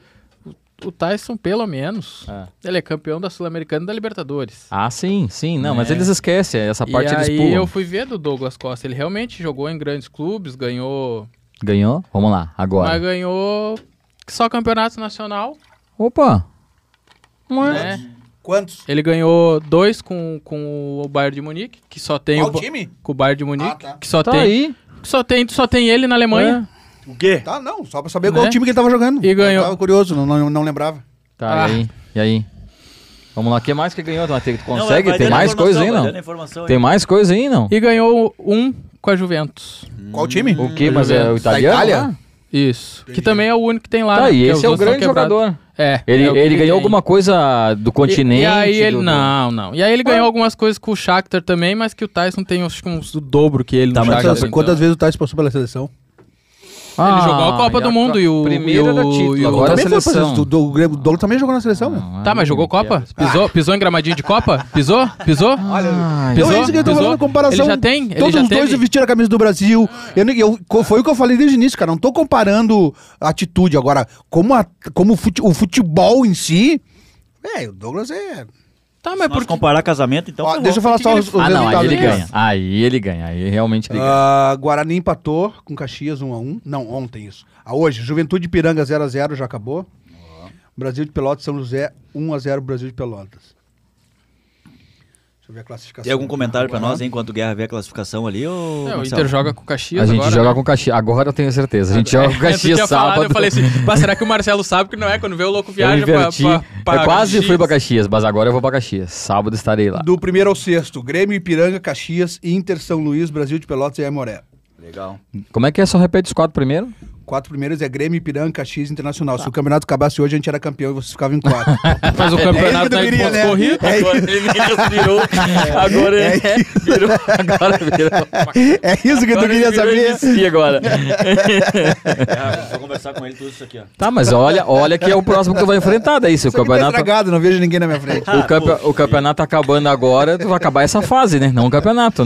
o, o Tyson, pelo menos,
Ah.
ele é campeão da Sul-Americana e da Libertadores.
Ah, sim, sim. Não, mas eles esquecem. Essa
É. e
parte eles
aí
pulam.
eu fui ver do Douglas Costa. Ele realmente jogou em grandes clubes, ganhou.
Ganhou? Vamos lá, agora.
Mas ganhou só campeonato nacional,
Opa!
né?
Quantos?
Ele ganhou dois com, com o Bayern de Munique, que só tem
Qual
o Ba-
time?
com o Bayern de Munique,
Ah, tá.
que só
Tá
tem,
aí.
que só tem, só tem ele na Alemanha.
O quê?
Tá, não, só pra saber qual
Né?
time que ele tava jogando.
E ganhou.
Eu tava curioso, não, não, não lembrava.
Tá,
Ah.
e aí? E aí? Vamos lá, o que mais que ganhou? Tem- Tu
Não,
consegue?
vai- vai
Tem
dando
mais
informação,
coisa aí,
vai
não?
dando informação aí.
Tem mais coisa aí, não?
E ganhou um com a Juventus.
Qual time?
O que? Mas é o
Juventus.
italiano?
Da Itália?
lá?
Isso. Que também é o único que tem lá.
Tá,
né?
e
Porque
esse
os
é o
outros
grande
são quebrados.
jogador.
É.
Ele,
é o que
ele ganhou
tem.
alguma coisa do
E-
continente?
E, aí ele.
do- do-
Não, não. E aí ele ganhou algumas coisas com o Shakhtar também, mas que o Tyson tem acho que uns do dobro que ele
Tá,
no
mas
Shakhtar.
Quantas,
então.
quantas vezes o Tais passou pela seleção?
Ah,
Ele jogou a Copa
e
do Mundo e o-
Primeiro
e
era
o-
título,
e o-
agora a
também foi pra
seleção.
seleção. Do, do, o Dolo também jogou na seleção, né?
Não,
Tá, mas
ai,
jogou
que
Copa?
piada.
Pisou, pisou em gramadinho de Copa? Pisou? Pisou?
Ai,
Pisou?
Então é isso que eu tô
Pisou?
falando, comparação.
Ele já tem? Ele
Todos
já
os dois
teve?
vestiram a camisa do Brasil. Eu, não- eu- co- foi o que eu falei desde o início, cara. Não tô comparando a atitude. Agora, como, a- como o fute- o futebol em si. É, o Douglas é.
Tá, mas
Se nós
por
comparar casamento, então...
Ó,
ferrou.
deixa eu falar
que
só
um que
os,
ele-
os
Ah, não, aí
resultados.
ele
Resultado
ganha. Aí ele ganha, aí realmente ele ganha.
Ah, Guarani empatou com Caxias 1x1. Não, ontem isso. Ah, hoje, Juventude Piranga 0x0, já acabou. Brasil de Pelotas, São José 1x0, Brasil de Pelotas. Deixa eu ver a classificação.
Tem algum comentário pra
Agora.
nós, hein, enquanto o Guerra vê a classificação ali? Ô,
É, o
Marcelo?
Inter joga com o
a
Caxias
gente
agora.
joga
né?
com o Caxias, agora eu tenho certeza. A gente joga com o
É, tu tinha
Caxias
falado,
sábado.
Eu falei assim, mas será que o Marcelo sabe que não é? Quando vê o louco
Eu
viaja pra,
inverti.
pra, pra
eu É quase
Caxias.
fui pra Caxias, mas agora eu vou pra Caxias. Sábado estarei lá.
Do primeiro ao sexto, Grêmio, Ipiranga, Caxias, Inter, São Luís, Brasil de Pelotas e Amoré.
Legal.
Como é que é? Só repete os quatro primeiro?
Quatro primeiros é Grêmio, Ipiranga, Caxias Internacional. Se o campeonato acabasse hoje, a gente era campeão e vocês ficavam em quatro.
Mas o campeonato tá
É isso que eu
em
queria,
pontos
né?
corridos.
É
Agora ele nem respirou. Agora ele virou. Agora virou.
é isso que tu queria saber.
E agora?
vou conversar com ele tudo isso aqui, ó.
Tá, mas olha, olha que é o próximo que tu vai enfrentar daí,
Isso
se o
aqui tá
campeonato...
estragado, não vejo ninguém na minha frente.
Ah,
O, campe- o campeonato tá acabando agora, tu vai acabar essa fase, né? Não o campeonato,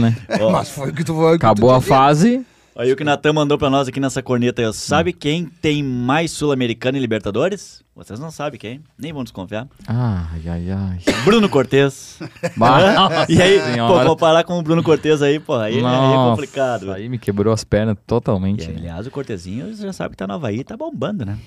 né?
Mas foi o que tu foi. o que tu
Acabou a
disse.
fase.
Aí o que Natan mandou pra nós aqui nessa corneta aí, ó. Sabe quem tem mais Sul-Americana e Libertadores? Vocês não sabem quem, nem vão desconfiar.
Ai, ai, ai.
Bruno Cortez.
Bah,
e aí,
Nossa
pô,
Senhora.
comparar com o Bruno Cortez aí, pô, aí, aí é
Nossa,
complicado.
Aí me quebrou as pernas
E,
totalmente. né?
aliás, o Cortezinho já sabe que tá no Havaí, tá bombando, né?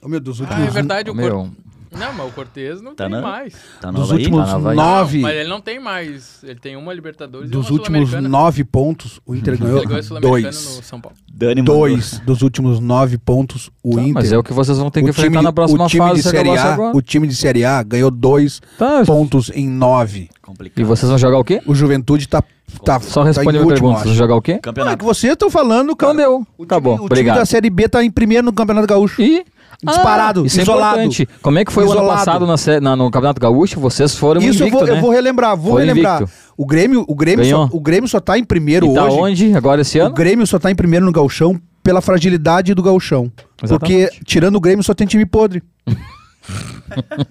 Ô, meu, dos
Ah, é
últimos
verdade, o, cor...
Meu,
Não, mas o Cortez não
Tá
tem
na-
mais.
Tá no
Dos
Havaí?
últimos
tá na Havaí.
nove,
Mas ele não tem mais. Ele tem uma Libertadores
é dos
e uma
últimos
Sul-Americana.
nove pontos, o Inter ganhou
Ele ganhou a Sul-Americana
dois.
no São Paulo.
Dani mandou.
Dois dos últimos nove pontos, o
Tá,
Inter.
mas é o que vocês vão ter
o
que enfrentar na próxima
o time
fase.
de
se
série
acabar
a,
agora.
O time de Série A ganhou dois
Tá,
pontos em nove.
Complicado.
E vocês vão jogar o quê?
O Juventude tá, tá,
Só
tá
responde
em
a minha
último, eu
pergunta. Vocês
acho.
vão jogar o quê?
Não, é que
Campeonato.
vocês estão falando,
Então
cara.
deu.
O time-
Acabou.
o time
Obrigado.
da Série B tá em primeiro no Campeonato Gaúcho.
E.
Disparado,
Ah, isso
isolado.
é importante. Como é que foi o ano
Isolado.
passado na sé- na- no Campeonato Gaúcho? Vocês foram
Isso eu,
invicto,
vou,
né?
eu vou relembrar, vou
Foi
relembrar.
invicto.
O Grêmio, o Grêmio, só,
Ganhou.
o Grêmio só tá em primeiro
E tá
hoje.
onde agora esse
O
ano?
Grêmio só tá em primeiro no Gauchão pela fragilidade do Gauchão.
Exatamente.
Porque tirando o Grêmio só tem time podre.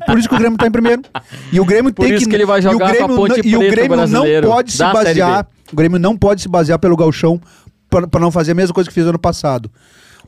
Por isso que o Grêmio tá em primeiro. E o Grêmio
Por
tem
isso
que
que ele vai
e
jogar com a
Grêmio
Ponte
não- e o
Preta
Grêmio não
brasileiro
pode se
da Série
basear, o Grêmio não pode se basear pelo Gauchão para não fazer a mesma coisa que fez ano passado.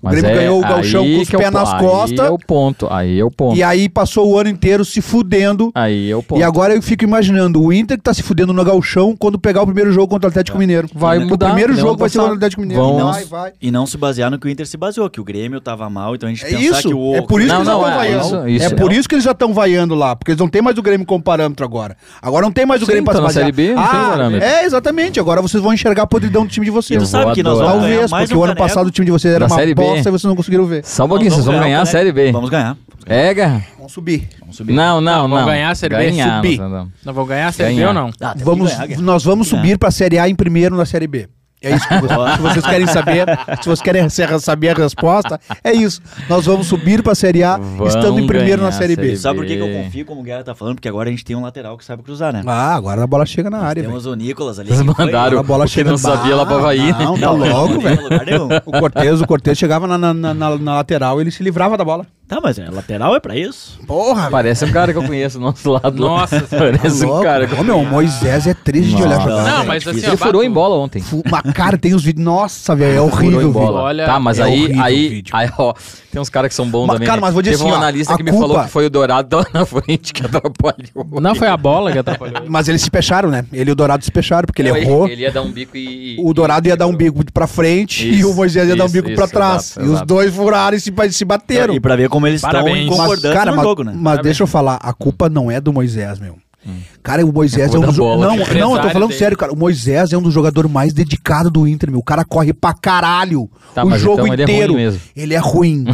O
Mas
Grêmio
é
ganhou o
aí
Gauchão com os
que é o
pés
po-
nas
Aí
costas
é o ponto, aí é o ponto.
e aí passou o ano inteiro se fudendo
Aí é o ponto.
e agora eu fico imaginando o Inter que tá se fudendo no gauchão quando pegar o primeiro jogo contra o Atlético Mineiro.
Tá. Vai
o
mudar,
primeiro
né?
jogo
Ano
vai ser
passado.
contra o Atlético Mineiro.
Vão-
Vai, vai.
E não se basear no que o Inter se baseou, que o Grêmio tava mal, então a gente
É
pensar
isso.
que o...
É por isso
Não,
que eles
não,
estão
é,
vaiando.
isso,
é
isso.
por isso que eles já estão vaiando lá, porque eles não têm mais o Grêmio como parâmetro agora. Agora não tem mais o
Sim,
Grêmio
tá
para
na Série B, não tem parâmetro.
É, exatamente. Agora vocês vão enxergar a podridão do time de
E
vocês.
tu
Eu
sabe
vou
que nós
adorar.
vamos ganhar
Talvez,
mais
porque
um
o ano
caneco.
passado o time de vocês era
Da
uma
Série B.
aposta e vocês não conseguiram ver.
Só um
Nós
pouquinho, vocês vão ganhar a
né?
um
Série B.
caneco. Vamos ganhar.
É, garra.
Vamos subir.
Vamos subir.
Não, não,
Não,
não.
vão ganhar a Série B,
Ganhar,
subir.
mas não.
Não vão ganhar a Série B
Ganhar.
ou não?
Ah, tem que
Vamos,
ganhar, Guerra.
nós vamos
Tem que
subir para a Série A em primeiro na Série B. É isso que vocês, se vocês querem saber. Se vocês querem se- saber a resposta, é isso. Nós vamos subir para a Série A
Vão
estando em primeiro na
ganhar a
Série B.
Série B.
Sabe por que, que eu
Bebê.
confio como o Guerra tá falando? Porque agora a gente tem um lateral que sabe cruzar, né?
Ah, agora a bola chega na área. velho.
Temos o Nicolas ali.
Eles
que foi-
mandaram
A bola
o que
chega
não
no bar.
sabia lá pra Havaí, né?
Não, tá
Não, não,
logo,
não,
velho.
lugar nenhum.
O Cortez, o Cortez chegava na, na, na- na- na lateral e ele se livrava da bola.
Tá, mas é, lateral é pra isso.
Porra,
Parece um cara que eu conheço do nosso lado. lá.
Nossa
Parece um cara que
Tá Ô, meu, o Moisés é triste de olhar
Nossa.
jogar.
Não,
velho.
mas assim,
difícil.
ó,
Ele furou
bato-
em bola ontem.
Fu- Uma cara, tem os vídeos. Nossa, velho, é
Furou
horrível,
em bola.
velho.
Olha,
tá, mas
é
aí,
horrível o
aí,
vídeo.
aí, ó, tem uns caras que são bons
Mas,
também.
cara,
né?
mas vou dizer
Teve
assim,
um
ó,
analista
a
que me falou
culpa-
que foi o Dourado lá na frente que atrapalhou.
Não foi a bola que atrapalhou.
Mas eles se fecharam, né? Ele e o Dourado se fecharam, porque ele
Não,
errou.
Ele ia dar um bico e.
O Dourado ia dar um bico pra frente
Isso,
e o Moisés ia dar um
isso,
bico pra
isso,
trás.
exato,
e os
exato.
dois furaram e se, se bateram.
E pra ver como eles estão em
Parabéns.
concordância
cara,
no
mas,
jogo, né?
mas deixa eu falar, a culpa não é do Moisés, meu. Cara, o Moisés é
Hum. culpa
um
da
dos.
bola, né?
não, não,
do
eu tô
empresário
falando
dele.
sério, cara. O Moisés é um dos jogadores mais dedicados do Inter, meu. O cara corre pra caralho
Tá,
o
mas
jogo
então ele é ruim
inteiro.
mesmo.
Ele é ruim.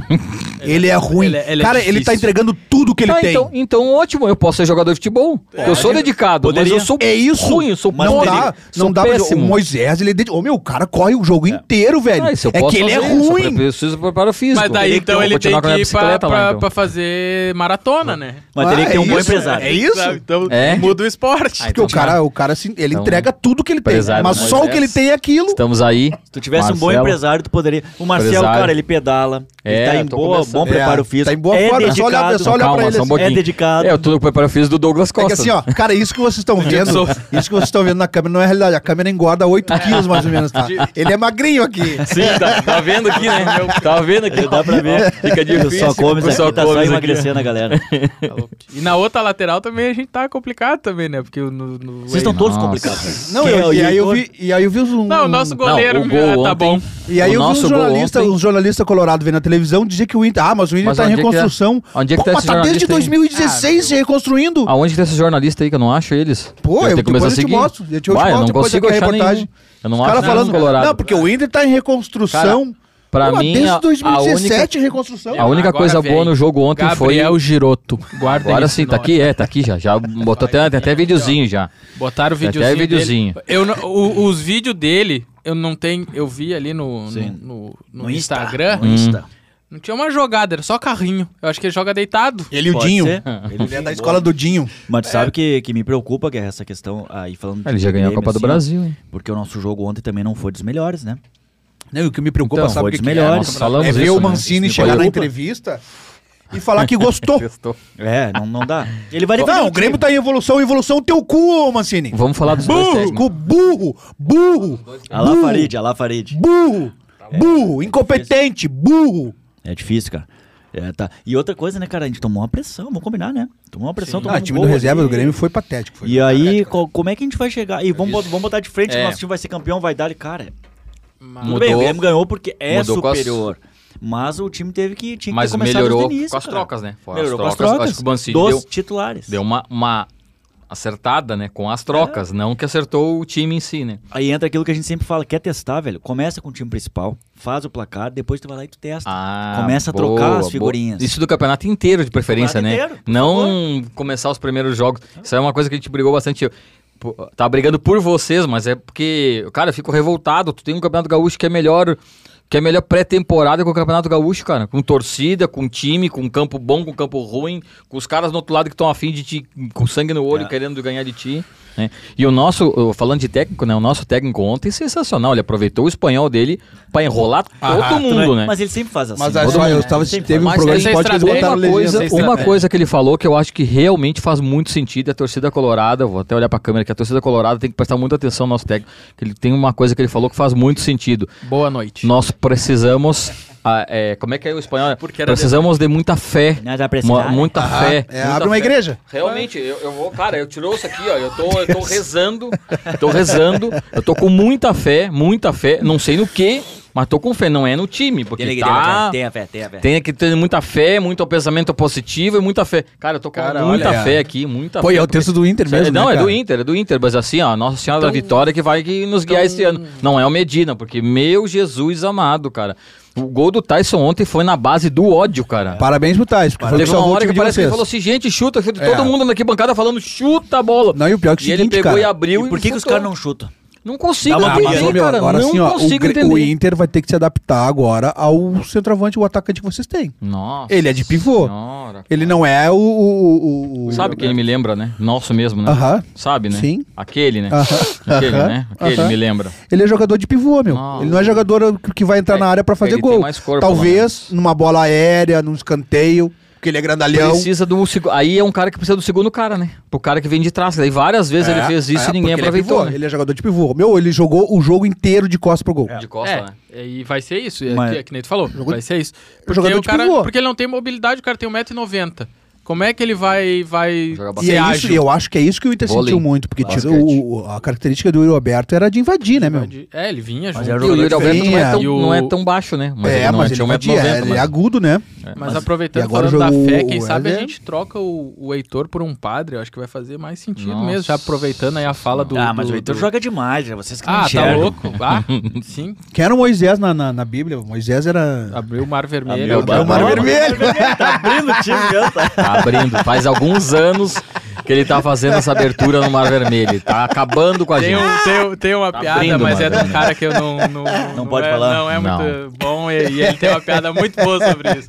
ele é ruim.
ele é- ele é
cara, ele tá
difícil.
entregando tudo que ele
Ah,
tem.
então, então ótimo, eu posso ser jogador de futebol. porque eu sou dedicado,
Poderia.
mas eu sou
É isso.
ruim, eu sou
Mas
não
podre,
dá,
então, sou
não dá pra O
péssimo.
Moisés, ele é dedicado. Ô, meu, o cara corre o jogo inteiro, velho.
Ah, isso eu
é
posso
que ele é
fazer, eu só
ruim.
preciso preparar o físico.
Mas daí então
Vou
ele tem
um continuar com a
que
minha
ir pra,
bicicleta lá,
pra-
então.
pra fazer maratona, né?
Mas teria
Ah,
que ter
é
um bom
isso,
empresário.
É isso?
Sabe? Então
É?
muda o esporte.
Ah,
Porque
então
o cara, o cara se, ele
Então,
entrega tudo que ele tem.
empresário
Mas
do
só o que ele
Moisés.
tem é aquilo.
Estamos aí.
Se tu tivesse um bom
Marcelo.
empresário, tu poderia. O Marcelo,
Empresário.
cara, ele pedala.
É,
ele tá em
tô
boa,
começando.
bom preparo
É,
físico.
tá em boa
é
forma, é só olhar-
dedicado,
é só olhar
Calma,
pra ele
só um
assim.
pouquinho.
É dedicado.
É, eu tô no preparo físico do Douglas
É
Costa.
que assim, ó, cara, isso que vocês estão vendo, isso que vocês estão vendo na câmera não é realidade. A câmera engorda 8 quilos, mais ou menos, tá? Ele é magrinho aqui.
É. Sim, tá, tá vendo aqui, né? Tá vendo aqui, dá pra ver. Fica
O
difícil.
só comes
pro
aqui,
só
tá só
comes
emagrecendo a galera.
Tá E na outra lateral também a gente tá complicado também, né? Porque no, no-
Vocês estão todos
Nossa.
complicados. né?
Não,
Quem é
eu,
o
e, aí eu
Igor?
vi, e aí eu vi os um,
Não, o nosso goleiro
o gol
ah, tá
ontem-
bom.
E aí
o
eu vi um
nosso gol
jornalista,
ontem-
um jornalista colorado vendo na televisão dizer que o Inter, ah, mas o Inter
Mas
tá em
onde é que
reconstrução.
é? Onde é que
Pô,
tá
mas
esse
tá desde
jornalista aí?
2016 se reconstruindo.
Aonde que tá esse jornalista aí que eu não acho eles?
Pô, eu-
tenho que
depois
começar
eu
a
te
seguir.
mostro, eu te
Vai, eu
mostro
não
depois
consigo
daqui a
achar
reportagem.
nenhum. Eu não
Os
acho
caras
nenhum
falando,
colorado. É.
não, porque o Inter tá em reconstrução.
pra
Pô,
mim, a-
desde
a É
2017 reconstrução.
A única
Agora
coisa
vem.
boa no jogo ontem foi...
Gabriel Giroto. Guarda
Agora
esse
sim, tá
nome.
aqui, é, tá aqui já. Já botou até, tem até videozinho já.
Botaram o
Tem Tá até
videozinho. dele.
videozinho.
Eu não- o- os vídeos dele, eu não tenho. Eu vi ali no, no,
Sim.
no- no
No Insta,
Instagram.
No
Hum.
Insta.
Não tinha uma jogada, era só carrinho. Eu acho que ele joga deitado.
Ele e o
Pode
Dinho.
ser.
Ele é da escola do Dinho.
Mas tu sabe que, que me preocupa que é essa questão aí falando. de
É. Ele já ganhou a
Grêmio,
Copa do
assim,
Brasil, hein?
Porque o nosso jogo ontem também não foi dos melhores, né?
Não, e o que me preocupa,
Então,
sabe o
foi
que,
dos
que é?
melhores.
Nós falamos
É ver
isso,
o Mancini
né?
chegar na
Olha,
entrevista e falar que gostou.
É, não, não dá. Ele vai
não, o Grêmio tá em evolução, evolução teu cu, ô Mancini.
Vamos falar dos dois
Burro,
técnicos.
cu burro, burro,
Alá
burro,
Farid, Alá Farid.
burro, burro, incompetente, burro.
É difícil, cara. É, tá. E outra coisa, né, cara? A gente tomou uma pressão, vamos combinar, né? Tomou uma pressão, tomou
Ah, o time do reserva do Grêmio foi patético. Foi
E aí, co- como é que a gente vai chegar? E vamos, bot- vamos botar de frente,
É.
nosso time vai ser campeão, vai dar. e, Cara, tudo
Mudou.
bem, o Grêmio ganhou porque é
Mudou com a-
superior. Mas o time teve que tinha que
Mas
ter começado
melhorou
desde o início,
com as
cara.
trocas, né? Fora
Melhorou com
as trocas, Acho que o Bansi
dos
deu,
titulares.
deu uma, uma acertada, né? Com as
É.
trocas, não que acertou o time em si, né?
Aí entra aquilo que a gente sempre fala, quer testar, velho? Começa com o time principal, faz o placar, depois tu vai lá e tu testa.
Ah,
Começa a
boa,
trocar as
boa.
figurinhas.
Isso do campeonato inteiro, de preferência, né?
Campeonato inteiro, por
Não começar os primeiros jogos. Isso é uma coisa que a gente brigou bastante. Pô, Tá brigando por vocês, mas é porque, cara, eu fico revoltado. Tu tem um campeonato gaúcho que é melhor. Que é melhor pré-temporada que o Campeonato Gaúcho, cara. Com torcida, com time, com campo bom, com campo ruim, com os caras do outro lado que estão afim de ti, com sangue no
É.
olho, querendo ganhar de ti. né? E o nosso, uh, falando de técnico, né? O nosso técnico ontem sensacional. Ele aproveitou o espanhol dele pra enrolar
Ah,
todo mundo, né?
Mas ele sempre faz assim.
Mas
né?
a
Todo
só,
mundo,
eu
é,
né?
tava,
Ele sempre
teve um
faz.
Mas
programa
essa
de podcast que eles
estratégia-
botaram
Uma coisa,
legenda.
Essa
uma
estratégia.
coisa que ele falou que eu acho que realmente faz muito sentido é a torcida colorada. eu Vou até olhar pra câmera que a torcida colorada tem que prestar muita atenção no nosso técnico. Que ele tem uma coisa que ele falou que faz muito sentido.
Boa noite.
Nós precisamos. ah, é, como é que é o espanhol?
Porque era
precisamos de muita fé.
Nós já
Mo-
precisamos.
muita
Ah,
fé.
é,
muita
abre uma
fé.
igreja.
Realmente, eu, eu vou, cara, eu tirou isso aqui, ó. Eu tô, eu tô rezando, tô rezando, eu tô com muita fé, muita fé. Não sei no que, mas tô com fé. Não é no time, porque
Ele- ele-
tá.
Tem a fé, tem a fé.
Tem que ter muita fé, muito pensamento positivo e muita fé. Cara, eu tô com
Cara,
muita
olha,
fé aqui, muita
Pô,
fé.
e é o texto do Inter
porque-
mesmo,
Não,
né,
é do
cara?
Inter, é do Inter, mas assim, ó, Nossa Senhora
Então,
da Vitória que vai que nos guiar esse ano. Não é o Medina, porque, meu Jesus amado, cara. O gol do Tyson ontem foi na base do ódio, cara.
Parabéns pro Tais, porque foi o que
Teve uma
salvou o
hora
time
que
de
parece que ele falou
vocês.
assim, gente, chuta, chuta.
É.
Todo mundo na bancada falando, chuta a bola.
Não, e o pior é que é o
E ele
seguinte,
pegou
cara,
e abriu
E por que, que os caras não chutam?
Não consigo
Dá uma
entender,
briga.
Mas, ô, meu,
Tá cara.
agora
não
assim, ó, o, Gre-
consigo
o
entender.
Inter vai ter que se adaptar agora ao centroavante, o atacante que vocês têm.
Nossa
Ele é de pivô.
senhora,
Ele não é o... o, o, o-
Sabe quem me lembra, né? Nosso mesmo, né?
Aham.
Sabe, né?
Sim.
Aquele, né?
Aham.
Aquele,
Aham.
né? Aquele
Aham.
me lembra.
Ele é jogador de pivô, meu.
Nossa.
Ele não é jogador que- que vai entrar
É,
na área pra fazer
ele
gol.
tem mais corpo, né?
Talvez numa bola aérea, num escanteio, porque ele é grandalhão.
Precisa do segu- Aí é um cara que precisa do segundo cara, né? Pro cara que vem de trás. Daí várias vezes ele
É,
fez isso
é,
e ninguém
porque
aproveitou.
Ele é, pivô,
né?
ele é jogador de pivô. Meu, ele jogou o jogo inteiro de costas pro gol.
De
É,
costa, né?
e vai ser isso, é
Mas-
que, é que nem tu falou, vai ser isso. Porque,
jogador
o
de
cara,
pivô.
porque ele não tem mobilidade, o cara tem 1,90m. Como é que ele vai, vai
Jogar
E
basquete.
ser
é isso,
ágil?
eu acho que é isso que o Inter
Vôlei.
sentiu muito, porque
Basquete.
tirou o- o- a característica do Yuri Alberto era de invadir, né, meu?
É, ele vinha
Mas
junto.
era
E o Yuri
jogador
Alberto não é,
diferente.
tão,
E o-
não é tão baixo, né? Mas
é,
ele não
mas
é,
ele
tinha 1,90
invadia, é, ele é
mas...
agudo, né?
Mas,
Mas-
aproveitando,
e agora
falando da
jogou
fé,
o é
quem sabe a
Wesley?
gente troca o, o Heitor por um padre, eu acho que vai fazer mais sentido
Nossa.
mesmo, já aproveitando aí a fala do...
Ah, mas
do-
o Heitor
do-
joga demais, né? vocês que não
Ah, tá
enxergam.
louco? Ah, sim,
Quem era o Moisés na, na, na Bíblia? O Moisés era.
abriu o Mar Vermelho.
Abriu o
agora.
Mar Vermelho.
é tá abrindo o time mesmo, tá?
Tá abrindo. Faz alguns anos que ele tá fazendo essa abertura no Mar Vermelho. Ele Tá acabando com a
Tem,
gente.
Ah!
um, tem, um- tem uma
Tá
piada,
abrindo,
mas é
mano.
de um cara que eu não. Não, não,
pode
é,
falar?
Não é
Não.
muito bom e, e ele tem uma piada muito boa sobre isso.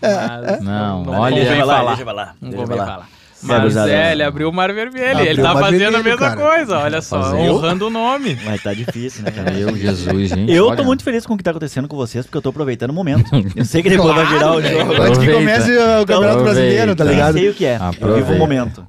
Mas
Não,
Olha,
Olha,
convém
deixa pra lá,
falar.
deixa pra lá.
Não
deixa
convém
pra lá.
falar.
Segue
Mas
usado.
é, ele abriu o Mar Vermelho.
Abriu
ele
o
tá
Mar
fazendo a
Vermelho,
mesma
cara.
coisa, olha só.
Fazer.
Honrando o nome.
Mas tá difícil, né, cara?
Meu Jesus, gente.
Eu
olha.
tô muito feliz com o que tá acontecendo com vocês, porque eu tô aproveitando o momento. Eu sei que depois vai virar o jogo.
Aproveita.
Antes que comece uh, o Campeonato
Aproveita.
Brasileiro, tá
Sim.
Eu
ligado?
sei o que é. Eu vivo
Aproveita.
o momento.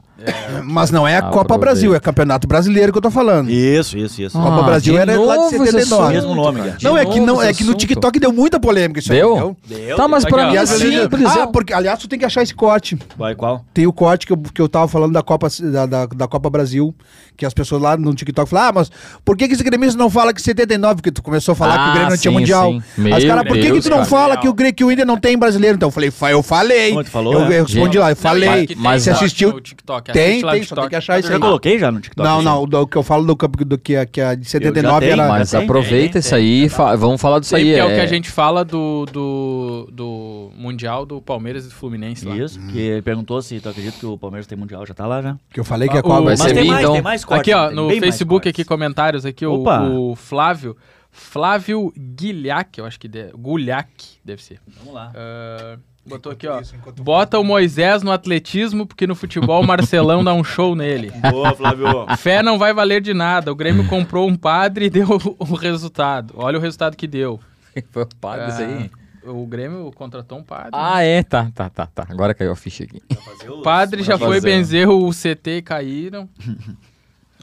Mas não é a Copa
Aproveita.
Brasil, é Campeonato Brasileiro que eu tô falando.
Isso, isso, isso.
Copa
Ah,
Brasil
de
era lá de
novo esse
79.
assunto,
Mesmo nome,
cara.
cara.
De
Não, é que,
novo
não, é
esse
que no
assunto.
TikTok deu muita polêmica isso aí.
Deu?
entendeu?
Tá, mas pra
Aqui,
mim
E
é
às vezes-
simples.
ah,
é-
porque, aliás, tu tem que achar esse corte.
Vai, qual?
Tem o corte que eu, que eu tava falando da Copa, da, da, da Copa Brasil, que as pessoas lá no TikTok falaram, ah, mas por que, que esse gremista não fala que 79? Porque tu começou a falar que o
Ah,
Grêmio não tinha
sim,
mundial.
sim.
Aí os
Meu
caras, por que, que
Deus,
tu não
cara.
fala que o, Grêmio, que o Inter não tem brasileiro? Então eu falei, "Fa- eu falei.
Pô, tu falou,
eu,
é?
eu respondi
Gente.
lá, eu falei.
que mas
você
tem,
assistiu?
O TikTok,
Tem,
assiste lá no
tem, só tem
TikTok.
que achar
Eu
isso
já
aí.
coloquei já no TikTok.
Não,
sim.
não, do que eu falo do, campo- do que, a, que a de 79
tenho,
era.
mas-
Mas
Tem, tem,
aproveita
tem,
isso aí e fa- vamos falar disso aí.
Sempre é o
é-
que a gente fala do, do, do Mundial do Palmeiras e do Fluminense lá.
Isso, que ele perguntou se tu acredita que o Palmeiras tem mundial, já tá lá já.
Que eu falei que a
O-
Copa.
Vai
Mas
ser
tem
bi,
mais,
então.
tem mais cortes.
aqui, ó,
tem
no
bem mais
Facebook, aqui,
cortes.
comentários aqui, o,
Opa.
o Flávio. Flávio Guilhac, eu acho que de, Gulhac deve ser.
Vamos lá.
Ah, botou aqui, ó. Bota o Moisés no atletismo, porque no futebol o Marcelão dá um show nele.
Boa, Flávio.
Fé não vai valer de nada. O Grêmio comprou um padre e deu o resultado. Olha o resultado que deu. Ah,
Foi pago isso aí.
O Grêmio contratou um padre.
Ah, é, tá, tá, tá, tá. Agora caiu a ficha aqui.
o padre já foi
fazer.
benzer o CT e caíram.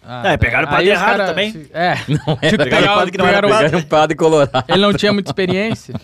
Ah,
É, pegaram o padre
Aí os
errado
cara-
também.
se- É. Tinha que
pegaram
pegar
o
o-
padre que não era
pegaram o-
Era um padre colorado.
Ele não tinha muita experiência.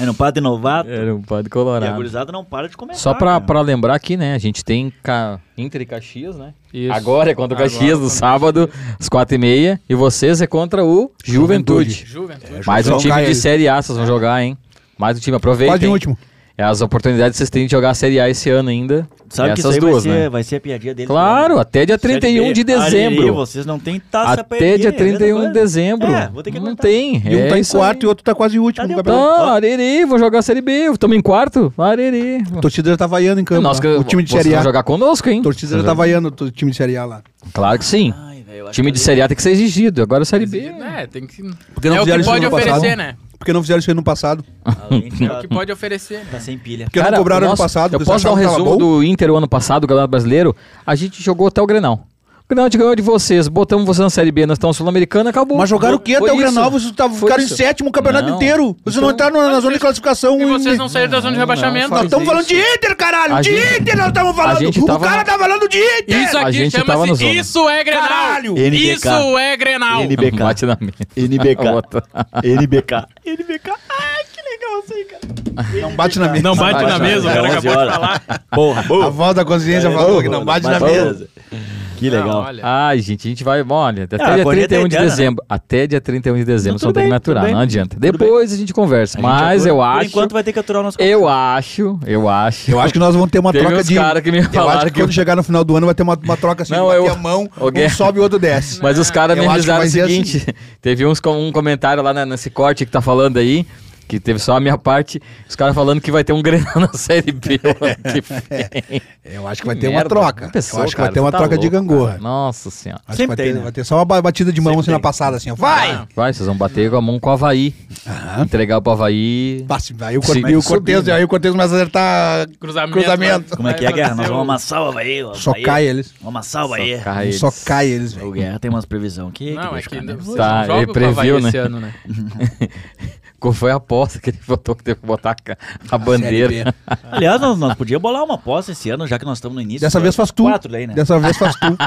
Era um padre novato.
Era um padre
E a
colorado.
gurizada não para de comentar.
Só pra,
cara.
pra lembrar aqui, né? A gente tem Ca- Inter e Caxias, né?
Isso.
Agora é contra o
Agora
Caxias, no
contra o
sábado, às quatro e meia. E vocês é contra o Juventude.
Juventude.
Mais um
Jogar
time de
ele.
Série A, vocês vão jogar, hein? Mas o time aproveita.
Quase em último.
É as oportunidades que vocês têm de jogar a Série A esse ano ainda.
Sabe que isso
essas
aí
duas,
vai, ser,
né?
vai ser a piadinha dele.
Claro,
né?
até dia
Série
31
B,
de dezembro.
Arerê, vocês não têm taça pra
Até
erguer, é
dia
a mesma
31 de
coisa.
dezembro.
É, vou ter que
Não
aguentar.
tem.
E um
é
tá em
isso aí.
quarto e o outro tá quase em último.
Tá de
no campeonato.
Tá, Arerê, vou jogar a Série B. Tamo em quarto? Arerê.
A torcida já tá vaiando em campo.
Nós que-
ó. o time de
vocês
Série
vão
A.
jogar conosco, hein?
A torcida já tá vaiando o time de Série A lá.
Claro que sim.
Ai, velho, eu acho
Time
que
de Série A tem que ser exigido. Agora a Série B. né?
É, tem que.
não
é o
fizeram
que
isso
pode
no ano
oferecer,
passado?
né?
Porque não fizeram isso aí no passado.
além de
É o
tá-
que pode oferecer. né?
Tá sem pilha.
Porque não cobraram ano passado.
Eu
porque
posso dar um
achavam que tava
resumo
bom.
do Inter o ano passado, o Campeonato Brasileiro. A gente jogou até o Grenal. O Grenal a gente ganhou de vocês, botamos vocês na Série B, nós estamos Sul-Americana, acabou.
Mas jogaram o quê até
Foi
o
isso.
Grenal? Vocês tavam-
Foi
ficaram em
isso.
sétimo o campeonato
Não. Então,
inteiro. Vocês não entraram na, na zona de classificação.
E vocês não
Nós
saíram da zona de
não,
rebaixamento.
faz
estamos
isso.
falando de Inter, caralho!
A
de
gente-
Inter nós estamos
a
falando!
gente
O
tava-
cara tá falando de Inter!
Isso
A
aqui
gente tava no
chama-se
zona.
Isso é Grenal.
Caralho!
NBK.
Isso é Grenal.
NBK.
Bate na mesa.
NBK.
A outra.
NBK. NBK. Ai, que legal isso aí, cara.
Não bate na mesa.
Não bate na
na
mesa, o
mesa,
cara
11
acabou de
horas.
falar.
Porra,
A
boa.
voz da
É,
é,
consciência falou que não bate na mesa.
Que
Não,
legal.
olha.
Ai, gente, a gente vai. Olha, até
Ah,
dia
agora é
31 de
italiana, né?
dezembro. Até dia 31 de dezembro,
Não,
só
tudo
tem que
bem,
maturar,
tudo
não
bem.
adianta.
Tudo
Depois a gente conversa.
A gente
mas
atura-
eu
Por
acho.
enquanto vai um ter que aturar o nosso
Eu acho, eu acho.
Eu acho que nós vamos ter uma
Teve
troca
uns
de.
cara que me
eu acho
falaram
que,
que-
quando chegar no final do ano vai ter uma, uma troca assim,
Não,
bater
eu-
a mão,
Alguém-
um sobe e o outro desce.
Mas os caras
Eu
me
acho que
avisaram
vai
o
ser
seguinte: teve uns com, um comentário lá na- nesse corte que tá falando aí, que teve só a minha parte, os caras falando que vai ter um Grenal na Série B. o ano que vem.
Eu acho que
Que
vai ter
merda,
uma troca.
pessoa,
eu acho que
cara,
vai ter uma
tá
troca de
louco,
gangorra.
cara. Nossa senhora.
Acho
Sempre
que vai,
tem,
ter,
né?
vai ter só uma ba- batida de mão
Sempre
assim na
tem.
passada, assim, ó. Vai!
Vai, vocês vão bater com a mão com o Havaí. Entregar pro Havaí.
Passa, aí o,
Sim,
Cor- aí o
subindo.
Cortez, aí o Cortez começa a acertar
Cruzamento.
cruzamento.
Como é que é, Guerra? Nós vamos amassar o Havaí. o
Só
é
Havaí.
cai eles.
Vamos amassar o Havaí.
Socar eles.
Só cai eles, velho.
O Guerra tem umas previsão aqui.
Não, é
deixa
que
eu ver.
não
Tá,
joga
ele
com o Havaí
previu, né?
esse ano, né?
Qual foi a aposta que ele botou que teve que botar a ca- a, bandeira?
Aliás, nós, nós podíamos bolar uma aposta esse ano, já que nós estamos no início.
é
Dessa
Né?
vez faz tu.
Quatro daí, né?
Dessa vez faz tu.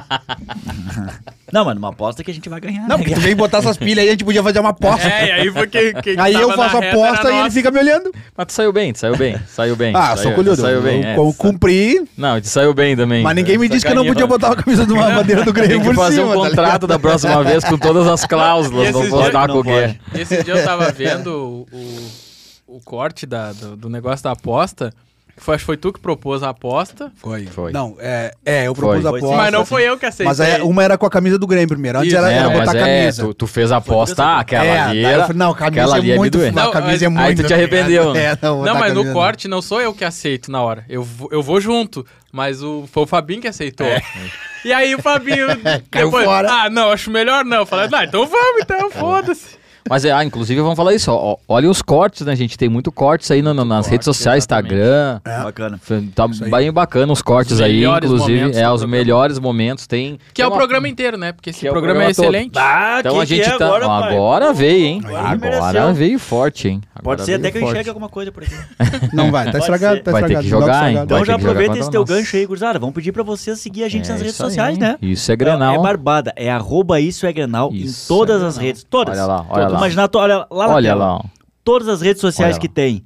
Não, mano, uma aposta que a gente vai ganhar. né,
Não, porque tu
Guerra?
veio botar essas pilhas aí, a gente podia fazer uma aposta.
É, e aí foi que, que
Aí eu
tava na
faço a
reta era
aposta e ele
nosso.
fica me olhando.
Mas tu saiu bem, tu saiu bem, saiu bem.
Ah,
saiu,
sou colhudo.
Saiu bem.
Eu
é,
com-
tu sa-
cumpri,
Não, tu saiu bem também.
mas ninguém me
Tu
disse que eu não
sacaneou.
podia botar a camisa de uma bandeira do Grêmio
Tem que
por
fazer
cima.
um
tá
contrato da próxima vez com todas as cláusulas.
E
Não
esses
vou
dias
dar
não
com o Guerra.
Esse dia eu tava vendo o, o, o corte da, do, do negócio da aposta. que Foi, acho que foi tu que propôs a aposta.
Foi.
Foi.
Não, é, é, eu propus
Foi.
a
Foi sim.
aposta.
Mas não foi eu que aceitei.
Mas aí é uma era com a camisa do Grêmio primeiro. Antes
Isso.
era,
É,
era
mas
botar a
é,
camisa.
tu, tu fez a aposta, ah, aquela
é,
ali.
daí eu
Era,
falei, não, camisa
aquela ali
é muito,
me doer.
não,
Não,
camisa é
mas-
muito.
aí tu te arrependeu, né?
É, não, vou
Não,
botar
mas
a
no
camisa, não.
corte não sou eu que aceito na hora. Eu, vou- eu vou junto, mas o, foi o Fabinho que aceitou. E aí o Fabinho.
É. Caiu fora. É.
Ah, não, acho melhor não. Falei, não, então vamos, então foda-se.
Mas, é, ah, inclusive, vamos falar isso. Ó, ó, olha os cortes, né, gente? Tem muito cortes aí no- no- nas redes sociais,
exatamente.
Instagram.
É.
Bacana.
F- Tá bem bacana os cortes
Os
aí,
melhores
inclusive.
momentos
É,
do
os
programa.
melhores momentos. Tem.
Que é o
tem uma-
programa inteiro, né? Porque esse
Que é o
programa, é
programa todo.
excelente.
Ah,
Então
que
a gente
que é
tá. Agora,
pai?
veio, hein?
Aí
Agora
mereceu.
veio forte, hein? Agora
Pode ser até
veio
que eu
forte.
enxergue alguma coisa por aqui.
Não vai, tá
Pode
estragado,
ser.
tá
Vai ter
estragado. Não,
que
tá
jogar,
estragado.
Vai
Então já
ter que jogar
aproveita
contra
esse teu
nós.
gancho aí, gurizada. Vamos pedir pra você seguir a gente
É
nas redes
isso aí,
sociais,
hein?
né?
Isso é
É
Grenal.
barbada, é arroba isso é Grenal
Isso
em todas
é
as redes, todas.
Olha lá, olha
Todas.
lá.
Imagina, tu olha lá na
Olha
tela. Ah,
lá. ó.
Todas as redes sociais
Olha lá.
que tem.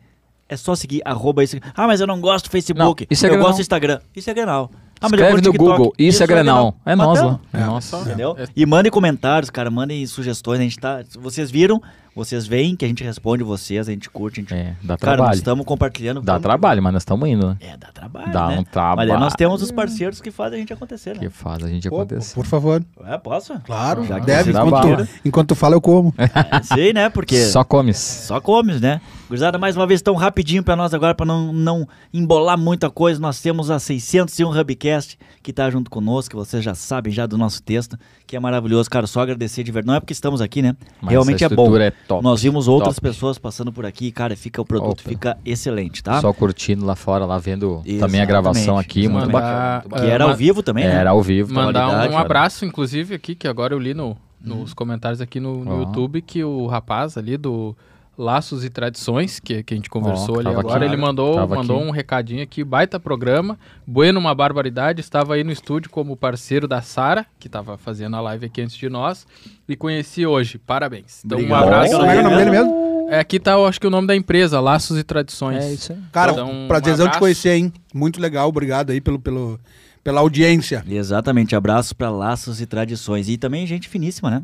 É só seguir arroba isso. Ah, mas eu não gosto do Facebook.
Não, isso é
eu
Grenal.
gosto do Instagram. Isso é Grenal. Ah, mas eu
Escreve
gosto do
no
TikTok.
Google. Isso é Grenal. É nós
Matamos.
lá. É nós.
Entendeu? E mandem comentários, cara, mandem sugestões. A gente tá. Vocês viram, vocês veem que a gente responde vocês, a gente curte, a gente.
É, dá
cara, nós
trabalho.
estamos compartilhando.
Dá
vamos-
trabalho, mas nós estamos indo, né?
É, dá trabalho.
Dá
né?
um trabalho.
Mas aí nós temos os parceiros que fazem a gente acontecer,
Que
né?
faz a gente
Pô,
acontecer.
Por favor.
É, posso?
Claro,
Já que
deve.
você dá
Enquanto
bala.
tu, enquanto tu fala, eu como.
É, Sei, né? Porque
Só
só,
comes.
comes, né? Gurizada, mais uma vez, tão rapidinho pra nós agora, pra não, não embolar muita coisa. Nós temos a 601 Hubcast, que tá junto conosco, que vocês já sabem já do nosso texto, que é maravilhoso, cara. Só agradecer de verdade. Não é porque estamos aqui, né?
Mas
Realmente
a
é bom.
estrutura é top,
nós vimos outras
top.
pessoas passando por aqui, cara, fica o produto
Opa.
fica excelente, tá?
Só curtindo lá fora, lá vendo também a
Exatamente,
gravação aqui. Muito
exatamente.
bacana. muito
Que
bacana.
era
Ah,
ao vivo também, né?
É, Era ao vivo.
Mandar
qualidade,
um
cara. Hum.
abraço, inclusive, aqui, que agora eu li no- nos comentários aqui no, no
Ó.
YouTube, que o rapaz ali do Laços e Tradições, que, que a gente conversou
Ó,
ali
tava
agora,
aqui.
ele mandou,
Tava
mandou
aqui.
um recadinho aqui, baita programa, Bueno uma barbaridade, estava aí no estúdio como parceiro da Sara, que estava fazendo a live aqui antes de nós, e conheci hoje, parabéns. Então um
Obrigado.
abraço.
Obrigado.
Como é o nome dele mesmo?
É, aqui tá, eu acho que o nome da empresa, Laços e Tradições.
É isso aí.
Cara,
Então, um
prazerzão te
abraço.
conhecer, hein? Muito legal, obrigado aí pelo, pelo, pela audiência.
Exatamente, abraços pra laços e tradições. E também gente finíssima, né?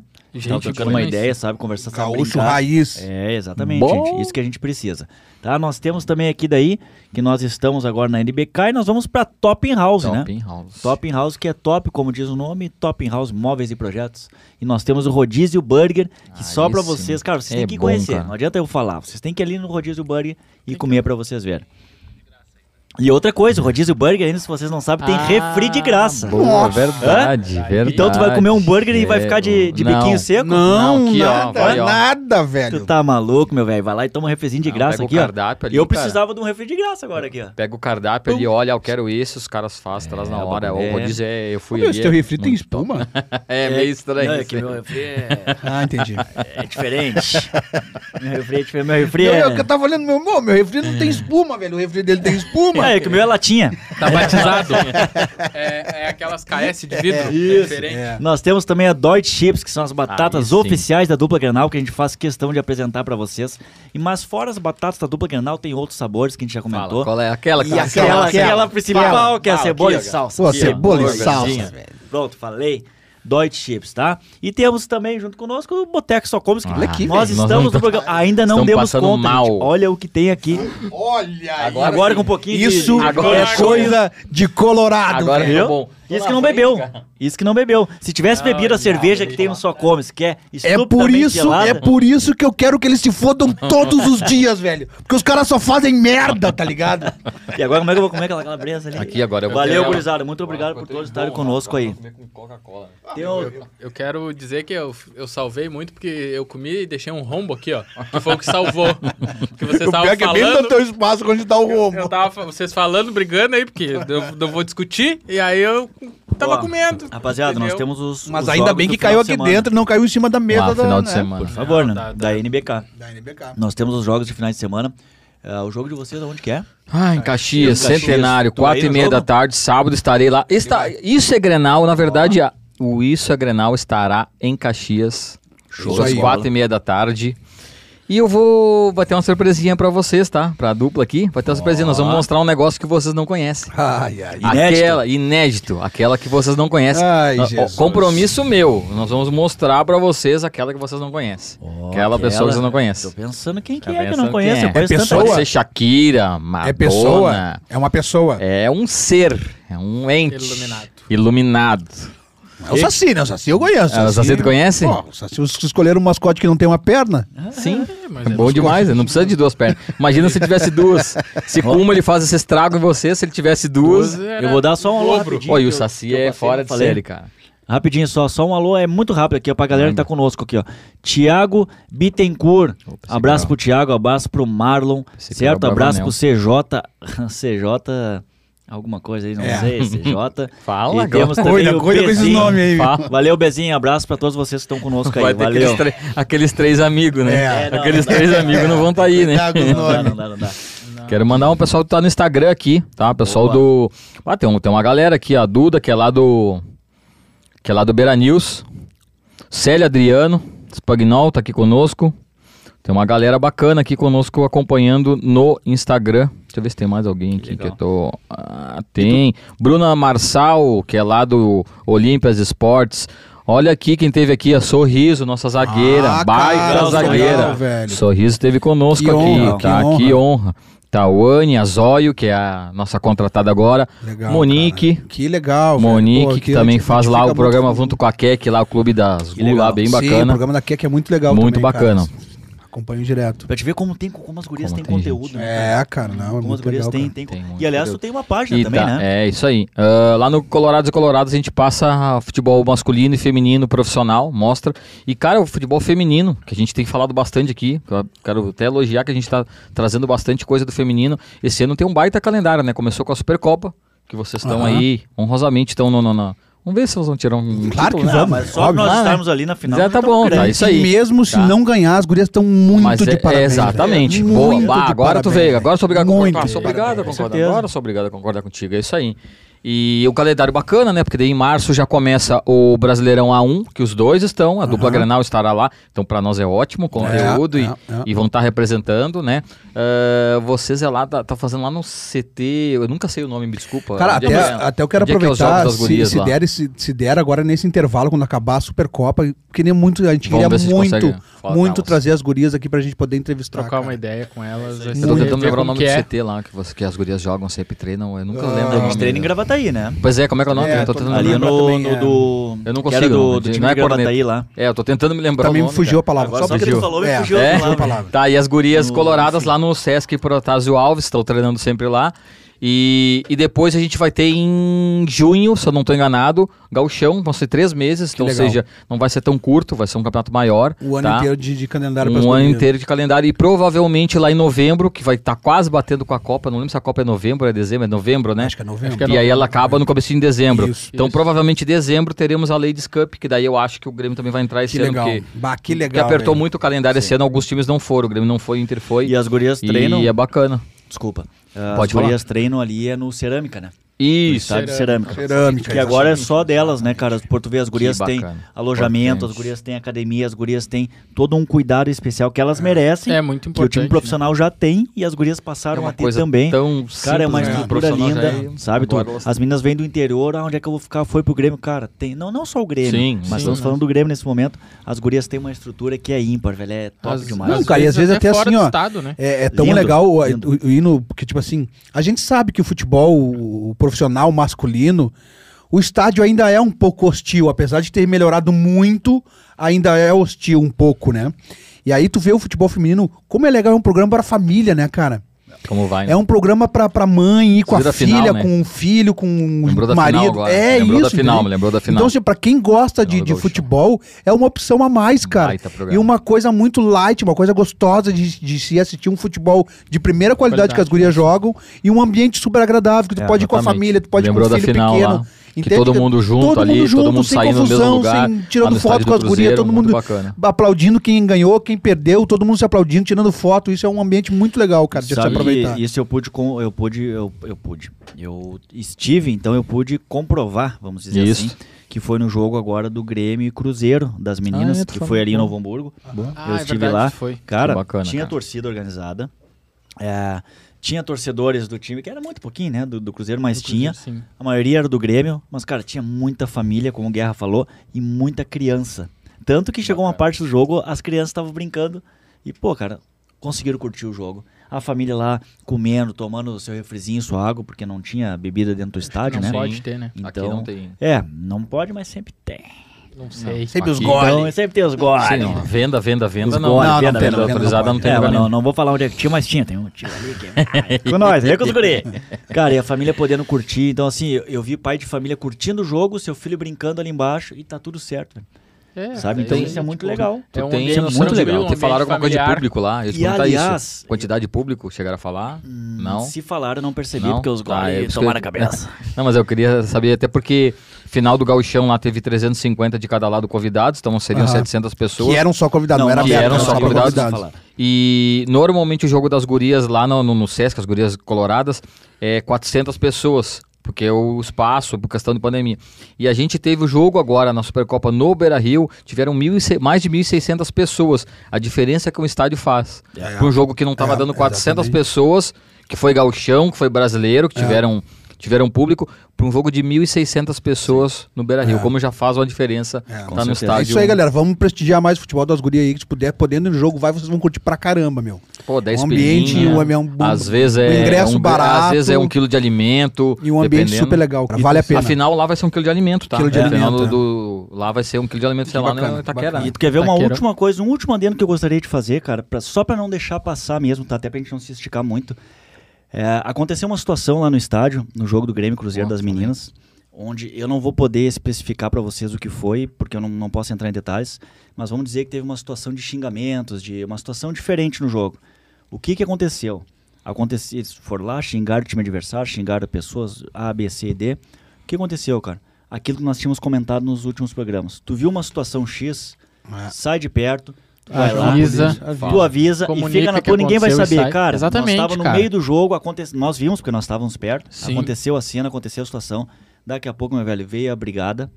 Tá trocando uma ideia, sabe? Conversar, sabe
Gaúcho
brincar.
raiz.
É, exatamente,
Bom.
gente. Isso que a gente precisa. Tá? Nós temos também aqui daí, que nós estamos agora na NBK e nós vamos pra Top In House, né?
Top in house.
Top In House, que é top, como diz o nome, Top In House Móveis e Projetos. E nós temos o Rodízio Burger, que
Aí
só pra
sim.
vocês, cara, vocês
É
têm que
bom,
conhecer.
cara.
Não adianta eu falar. Vocês têm que ir ali no Rodízio Burger e comer pra vocês verem. E outra coisa, o Rodízio Burger, ainda se vocês não sabem, tem
Ah,
refri de graça.
Boa, é verdade, verdade.
Então tu vai comer um burger e vai ficar de, de
Não.
biquinho seco?
Não, aqui, ó,
nada,
vai, ó.
nada,
Tu
velho.
tá maluco, meu velho. Vai lá e toma um refrizinho de
Não,
graça
pega o
aqui, ó.
cardápio ali,
eu
cara.
precisava de um refri de graça agora aqui, ó.
Pega o cardápio ali, olha, eu quero esse, os caras fazem, traz na hora.
bagulho
Ou
é-
diz, é, eu fui
Meu,
ali.
esse teu refri tem
muito top.
espuma?
É meio estranho.
Não, é
isso
que
aí.
meu refri é,
ah, entendi.
é diferente. meu refri é diferente. Meu refri
Eu,
é...
eu, eu tava olhando meu irmão, meu refri não tem espuma, velho. O refri dele tem
um
espuma.
É, que o meu é latinha.
Tá batizado. é, é aquelas KS de vidro. diferente.
É.
Nós temos também a Deutsche Chips, que são as
Aí
batatas
sim.
oficiais da dupla Granal, que a gente faz questão de apresentar pra vocês. E mas fora as batatas da dupla Granal, tem outros sabores que a gente já
Fala,
comentou.
qual é aquela que
E
tá
Aquela, aquela,
Aquela, aquela,
principal,
aquela.
que é a
Fala,
cebola e
aqui, ó.
salsa.
Pô,
Aqui, ó.
cebola e
Burgerzinho.
salsa, velho.
Pronto, falei. Deutsche Chips, tá? E temos também junto conosco o Boteco Só Comes, que
Olha aqui,
Ah, nós
velho. Nós
estamos
não
no programa. Ainda não
estamos
demos
passando
conta. gente.
mal.
Olha o que tem aqui.
Olha aí.
Agora, com um pouquinho de-
Isso
Agora
é
ficou-
coisa de colorado,
Agora
velho.
ficou
Entendeu?
bom.
Isso que não bebeu. Isso que não bebeu. Se
Ah,
tivesse bebido a
Olha,
cerveja
olha.
que tem no Só Comes, que é
É
estupidamente
por isso,
gelada,
é por isso que eu quero que eles se fodam todos os dias, velho. Porque os caras só fazem merda, tá ligado?
E agora como é que eu vou comer aquela calabresa ali?
Aqui agora eu vou
Valeu,
ter-
gurizada. Muito obrigado por todos estarem conosco aí. Tem um-
Eu quero dizer que eu, eu salvei muito porque eu comi e deixei um rombo aqui, ó. Que foi o que salvou. que vocês
O pior
estavam
é que é bem no
falando.
teu espaço onde tá o
Eu
roubo.
tava fa- vocês falando, brigando aí, porque eu não vou discutir, e aí eu tava
Ó,
comendo.
Rapaziada, nós
entendeu?
temos os.
Mas
os
ainda
jogos
bem
do
que
final
caiu
de
aqui
semana.
dentro, não caiu em cima da mesa
Ah,
da,
final de
né?
semana.
Por favor, né?
Não, tá,
Da
tá.
NBK.
Da NBK.
Nós temos os jogos de finais de semana. Ah, o jogo de vocês, aonde que é?
Ah,
Tá,
em Caxias,
Em Caxias.
centenário,
Tu vai
quatro e
no
meia
jogo?
da tarde, sábado estarei lá. Está, isso é Grenal, na verdade, a- o Isso é Grenal estará em Caxias,
Show
às
de bola.
quatro e meia da tarde. E eu vou, vai ter uma surpresinha pra vocês, tá? Pra dupla aqui, vai ter uma surpresinha, nós vamos mostrar um negócio que vocês não conhecem.
Ai, ai.
Inédito?
Aquela, inédito, aquela que vocês não conhecem. Ah,
Ai,
Ó, ó,
Jesus.
Compromisso meu, nós vamos mostrar pra vocês aquela que vocês não conhecem. aquela pessoa que vocês não
Tô
conhecem.
pensando quem que
Tá
é que eu não
pensando quem
conheço.
é.
Eu conheço
É
tanta
pessoa?
Pode
gente.
ser Shakira, Madonna.
É pessoa? É uma pessoa.
É um ser, é um ente.
Iluminado.
Iluminado.
É o Saci, né? O Saci eu conheço.
Ah, o Saci tu conhece?
Pô, o Saci, os que escolheram um mascote que não tem uma perna.
Sim.
É, mas
É bom demais, né? não precisa de duas pernas. Imagina se tivesse duas. Se com uma ele faz esse estrago em você, se ele tivesse duas.
Eu vou dar só um alô
Dobro.
rapidinho.
Olha, o
que eu-
Saci
que eu
é
passei,
fora
não
de
falei.
série, cara.
Rapidinho só, só um alô, é muito rápido aqui, ó, pra galera que tá conosco aqui, ó. Tiago Bittencourt,
pensei
abraço
que
pro Tiago, abraço pro Marlon,
Pensei que era o
certo? Abraço
Bravanel.
pro CJ, CJ, alguma coisa aí, não
É.
sei, CJ.
Fala,
e temos
agora.
também
Cuida,
o
cuida com esses
Bezinho.
nomes aí.
Fala.
Valeu, Bezinho, abraço pra todos vocês que estão conosco aí,
Vai ter
valeu.
aqueles, tre- aqueles três amigos, né?
É. É,
não, não
aqueles
Tá dá.
três amigos não vão estar aí, né?
Cuidado com os
Não dá,
nomes.
não dá, não dá.
Quero mandar um pessoal que tá no Instagram aqui, tá? Pessoal
Boa.
do. Ah, tem, um- tem uma galera aqui, a Duda, que é lá do. Que é lá do Beira News. Célia Adriano, Spagnol, tá aqui conosco. Tem uma galera bacana aqui conosco acompanhando no Instagram. Deixa eu ver se tem mais alguém aqui
Legal.
que eu tô. Ah, tem. Bruna Marçal, que é lá do Olímpias Esportes. Olha aqui quem teve aqui, a Sorriso, nossa zagueira.
Ah,
baita
cara,
zagueira.
legal,
velho.
Sorriso teve conosco
Que
aqui,
honra,
tá?
que honra.
Que honra. Tawane, a Zóio, que é a nossa contratada agora.
Legal,
Monique.
cara. Que legal, velho.
Monique,
Pô,
que,
aqui
também
a gente
faz lá
fica
o programa
muito-
junto com a Kek, lá o Clube das
Que
Gu, lá
legal.
bem
Sim, o
bacana.
programa da Kek é muito legal
Muito
também, cara.
bacana.
Acompanho direto.
Pra te ver como tem, como as gurias
Como
têm
tem
conteúdo,
gente.
né? cara?
É, cara, não, é
Como as
muito
gurias
legal.
têm,
Tem...
tem,
Tem muito
E aliás, tu
conteúdo.
tem uma página
E
também,
tá-
né?
É, isso aí. Ah, lá no Colorados e Colorados a gente passa futebol masculino e feminino profissional, mostra. E, cara, o futebol feminino, que a gente tem falado bastante aqui, que eu quero até elogiar que a gente tá trazendo bastante coisa do feminino. Esse ano tem um baita calendário, né? Começou com a Supercopa, que vocês estão
Aham.
aí, honrosamente estão no, no- no- Vamos ver se vocês vão tirar um.
Claro que
título, né?
Não,
vamos,
mas só pra
óbvio. é.
nós
Ah, né?
estarmos ali na final.
Já tá
tamo
bom,
grande.
tá? Isso aí.
Mesmo se
Tá.
não ganhar, as gurias estão muito
Mas
de
é-
parabéns.
é exatamente.
velho.
Boa.
Muito
Bah,
de
agora tu
parabéns,
veio.
velho.
Agora eu sou obrigado a
Muito
concordar.
de
Sou obrigado a
parabéns.
concordar.
certeza.
Agora eu sou obrigado a concordar contigo. É isso aí. E o calendário bacana, né? Porque daí em março já começa o Brasileirão A1, que os dois estão, a dupla Grenal estará lá. Então pra nós é ótimo o conteúdo
É,
e,
é, é.
e vão estar representando, né? Ah, vocês é lá, tá, tá fazendo lá no CT, eu nunca sei o nome, me desculpa.
Cara,
Onde
até,
é que é?
até eu quero
Onde é que é os
aproveitar,
jogos das
se,
gurias
se
lá?
der, se, se der agora nesse intervalo, quando acabar a Supercopa, eu queria muito, a gente
Vamos
queria
ver se a gente
muito,
consegue falar
muito
delas.
trazer as gurias aqui pra gente poder entrevistar.
Trocar uma
cara.
ideia com elas. vai
Eu tô
saber
tentando
ver
lembrar o
como
nome
que
do
é.
CT lá, que, você- que as gurias jogam sempre treinam, eu nunca
Ah,
lembro. o
eles
Eles
nome,
treinam em
né?
Gravataí, né?
Pois é, como é que é o nome?
É,
eu tô
tô-
tentando
Ali
lembrar.
no,
também,
no
é.
do...
Eu
que
não consigo,
Era
não,
do, do
de-
time
não
de
é
Gravataí
corneta.
lá.
É, eu tô tentando me lembrar
Também
o
Tá me
nome,
fugiu a palavra.
Agora só porque
fugiu.
tu falou, me
É,
fugiu né?
é.
a
fugiu a
palavra.
palavra.
Tá, e as gurias
No-
coloradas
enfim.
lá no Sesc Protásio Alves, estão treinando sempre lá. E, e depois a gente vai ter em junho, se eu não tô enganado, Gauchão, vão ser três meses, então, ou
legal.
seja, não vai ser tão curto, vai ser um campeonato maior.
O ano
tá?
inteiro de, de calendário pras
Um ano
gurias.
inteiro de calendário e provavelmente lá em novembro, que vai estar quase batendo com a Copa, não lembro se a Copa é novembro, é dezembro, é novembro, né?
Acho que é novembro.
que é
E aí
novembro,
ela acaba no comecinho de dezembro.
Isso.
então
Isso.
provavelmente em dezembro teremos a Ladies Cup, que daí eu acho que o Grêmio também vai entrar esse
Que
ano,
legal.
porque
Bah, que
que
legal.
apertou
velho.
muito o calendário esse ano, alguns times não foram, o Grêmio não foi, o Inter foi.
E as gurias
E
treinam...
é bacana.
Desculpa. Ah, As
Pode falar.
gurias treinam ali é no Cerâmica, né? No
Isso. é
estádio Cerâmica.
Cerâmica.
Que agora é só delas, né, cara? Por tu ver, as gurias têm
bacana.
alojamento,
Importante.
as gurias têm academia, as gurias têm todo um cuidado especial que elas merecem.
É muito
Que o
um
time
importante,
profissional já tem e as gurias passaram a ter também.
É tão
Cara, é uma
simples, né?
estrutura
Profissional já
linda,
é-
sabe? Tu,
Agora elas-
as meninas vêm do interior, ah, onde é que eu vou ficar? Foi pro Grêmio, cara. Tem, não, não só o Grêmio,
Sim,
mas
sim,
estamos
né?
falando do Grêmio nesse momento. As gurias têm uma estrutura que é ímpar, velho. É top
Às-
demais.
Não, cara, e às vezes até
fora
assim,
do
ó,
Estado, né?
É, é tão
Lindo,
legal o,
lindo.
o- o hino, porque, tipo assim, a gente sabe que o futebol, o, o profissional masculino, o estádio ainda é um pouco hostil, apesar de ter melhorado muito, ainda é hostil um pouco, né? E aí tu vê o futebol feminino, como é legal, é um programa para família, né, cara?
Como vai? né?
É um programa pra, pra mãe ir com
Lembrou
a
da final,
filha,
né?
com o filho, com
Lembrou
o
da
um marido.
final agora.
É
lembrou
isso.
da final, me
entendeu?
lembrou da final.
Então, assim, pra quem gosta de,
Final do
de
Gaúcho.
futebol, é uma opção a mais, cara.
Um baita programa.
E uma coisa muito light, uma coisa gostosa de, de se assistir um futebol de primeira qualidade,
Qualidade.
que as gurias jogam e um ambiente super agradável, que tu
É,
pode ir com a
exatamente.
família, tu pode
Lembrou
ir com o
da
filho
final
pequeno.
lá, que todo mundo junto ali, todo mundo
sem
saindo no mesmo
confusão,
lugar,
sem-
lá
tirando
no
foto
estádio
com
do
as gurias,
Cruzeiro,
todo
muito
mundo
bacana. né?
aplaudindo quem ganhou, quem perdeu, todo mundo se aplaudindo, tirando foto. Isso é um ambiente muito legal, cara, de se
Sabe que
aproveitar.
Isso eu pude, com, eu pude, eu, eu pude. Eu estive, então eu pude comprovar, vamos dizer
Isso.
assim, que foi no jogo agora do Grêmio e Cruzeiro das meninas,
Ah, é, tu
que
falou.
foi ali em Novo Hamburgo.
Ah,
eu
é
estive
verdade,
lá.
foi.
Cara,
Que bacana,
tinha
cara.
torcida organizada. é, tinha torcedores do time, que era muito pouquinho, né? Do, do Cruzeiro, mas tinha.
Sim.
A maioria era do Grêmio, mas, cara, tinha muita família, como o Guerra falou, e muita criança. Tanto que chegou uma parte do jogo, as crianças estavam brincando e, pô, cara, conseguiram curtir o jogo. A família lá comendo, tomando seu refrizinho, sua água, porque não tinha bebida dentro do estádio,
Não
né?
pode ter, né?
Então,
Aqui não tem.
É, não pode, mas sempre tem.
Não sei.
Sempre os
Aqui,
goles.
Então, sempre tem os goles.
Sim, não. Venda, venda, venda,
Os
não.
goles,
Não,
venda,
não tem,
venda,
não.
venda,
Autorizada
não
não
É,
tem
mas
lugar
não,
nenhum.
não vou falar onde é que tinha, mas tinha. Tem um tio ali que é com nós,
né,
vem com os guri. Cara, e a família podendo curtir. Então, assim, eu, eu vi pai de família curtindo o jogo, seu filho brincando ali embaixo e tá tudo certo. velho.
É,
Sabe?
é
Então,
tem-
isso é muito
tipo,
legal.
Tu
É um
tem
ambiente
isso é muito
tranquilo, um
legal. Te
ambiente
falaram alguma coisa de
familiar.
público lá? Eles
E,
perguntaram
aliás- Hum,
isso. Quantidade de público chegaram a falar? não.
Se falaram, eu não percebi,
Não?
porque os
Tá, é
goles
isso que
tomaram
eu-
a cabeça.
Não, mas eu queria saber, até porque final do gauchão lá teve 350 de cada lado convidados, então seriam
Aham.
700 pessoas.
Que é- eram só convidados, Tá, não, era
que
aberto,
eram
era
só
pra
convidados.
Falaram.
E normalmente o jogo das gurias lá no, no, no Sesc, as gurias coloradas, é 400 pessoas, porque é o espaço, por questão de pandemia. E a gente teve o jogo agora na Supercopa no Beira-Rio, tiveram mil e se- mais de 1.600 pessoas. A diferença que um estádio faz. Para um jogo que não estava
É,
dando 400
exatamente.
pessoas, que foi gauchão, que foi brasileiro, que
É.
tiveram... Tiveram público para um jogo de 1.600 pessoas no Beira-Rio. Como já faz uma diferença
É,
estar
com
tá no
certeza.
estádio.
É isso aí, galera. Vamos prestigiar mais o futebol das gurias aí. Que se puder, podendo ir no jogo, vai, vocês vão curtir pra caramba, meu.
Pô, 10
Um ambiente,
pilinha,
um- é um- um-
às vezes é
um ingresso
um-
barato.
Às vezes é um quilo de alimento.
E um ambiente
dependendo.
super legal. cara. Vale a pena.
Afinal, lá vai ser um quilo de alimento, tá?
Quilo de
É, afinal
alimento,
do, do- lá vai ser um quilo de alimento, sei lá,
bacana,
no Itaquera.
bacana.
né?
E tu quer ver uma
Taqueira.
última coisa, um último adendo que eu gostaria de fazer, cara, pra- só pra não deixar passar mesmo, tá? Até pra gente não se esticar muito. É, aconteceu uma situação lá no estádio, no jogo do Grêmio Cruzeiro das Meninas, onde eu não vou poder especificar pra vocês o que foi, porque eu não, não posso entrar em detalhes, mas vamos dizer que teve uma situação de xingamentos, de uma situação diferente no jogo. O que que aconteceu? Aconteceu, eles foram lá, xingaram o time adversário, xingaram pessoas A, B, C e D. O que aconteceu, cara? Aquilo que nós tínhamos comentado nos últimos programas. Tu viu uma situação X, sai de perto, tu Vai lá.
Avisa.
Tu avisa e
Comunica
fica na
que
tua, ninguém vai
aconteceu e
saber,
sai.
cara.
Exatamente,
Nós tava no
cara.
meio do jogo, aconte... nós vimos, porque nós estávamos perto.
Sim.
Aconteceu a cena, aconteceu a situação. Daqui a pouco, meu velho, veio a brigada.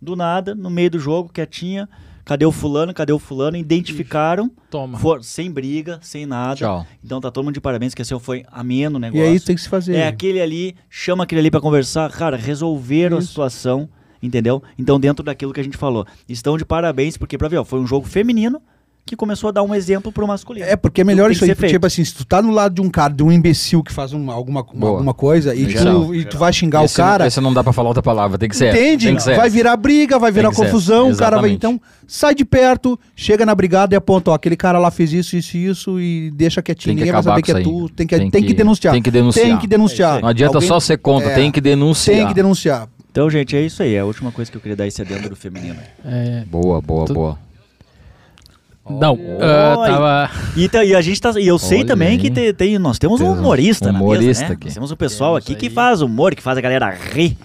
Do nada, no meio do jogo, quietinha. Cadê o fulano? Cadê o fulano? Identificaram.
Toma.
for- sem briga, sem nada.
Tchau.
Então tá todo mundo de parabéns, que assim foi ameno o
E
negócio.
aí tem que se fazer.
É aquele ali, chama aquele ali pra conversar, cara, resolveram a situação, entendeu? Então, dentro daquilo que a gente falou, estão de parabéns, porque pra ver, ó, foi um jogo feminino que começou a dar um exemplo pro masculino.
É, porque é melhor
Tem que
isso aí.
ser
porque,
feito.
Tipo assim, se tu tá no lado de um cara, de um imbecil que faz uma, alguma, uma-
Boa.
alguma coisa e,
Geral.
tu, e tu vai xingar
Esse
o cara,
Não, esse não dá pra falar outra palavra, tem que ser.
entende?
Tem que ser.
Vai virar briga, vai virar
que ser.
confusão, o cara vai
Exatamente.
então, sai de perto, chega na brigada e aponta, ó, aquele cara lá fez isso, isso e isso e deixa quietinho,
Tem que
ninguém vai
acabar
saber que
com
é
isso aí.
tu, tem que,
Tem
tem que
que-
denunciar.
tem que denunciar.
Tem que
É
denunciar.
Não adianta
Alguém
só ser contra,
É.
tem que denunciar.
Tem que denunciar.
Então, gente, é isso aí. É a última coisa que eu queria dar esse adendo do feminino.
É,
Boa, boa,
Tu-
boa.
não, ah, tava.
E, tá- e a gente tá, e eu sei
Olha
também
aí.
que te- tem, nós temos um
Temos um
humorista, na mesa,
humorista
né?
aqui.
Nós temos um pessoal
Temos
aqui que
aí.
faz humor, que faz a galera rir.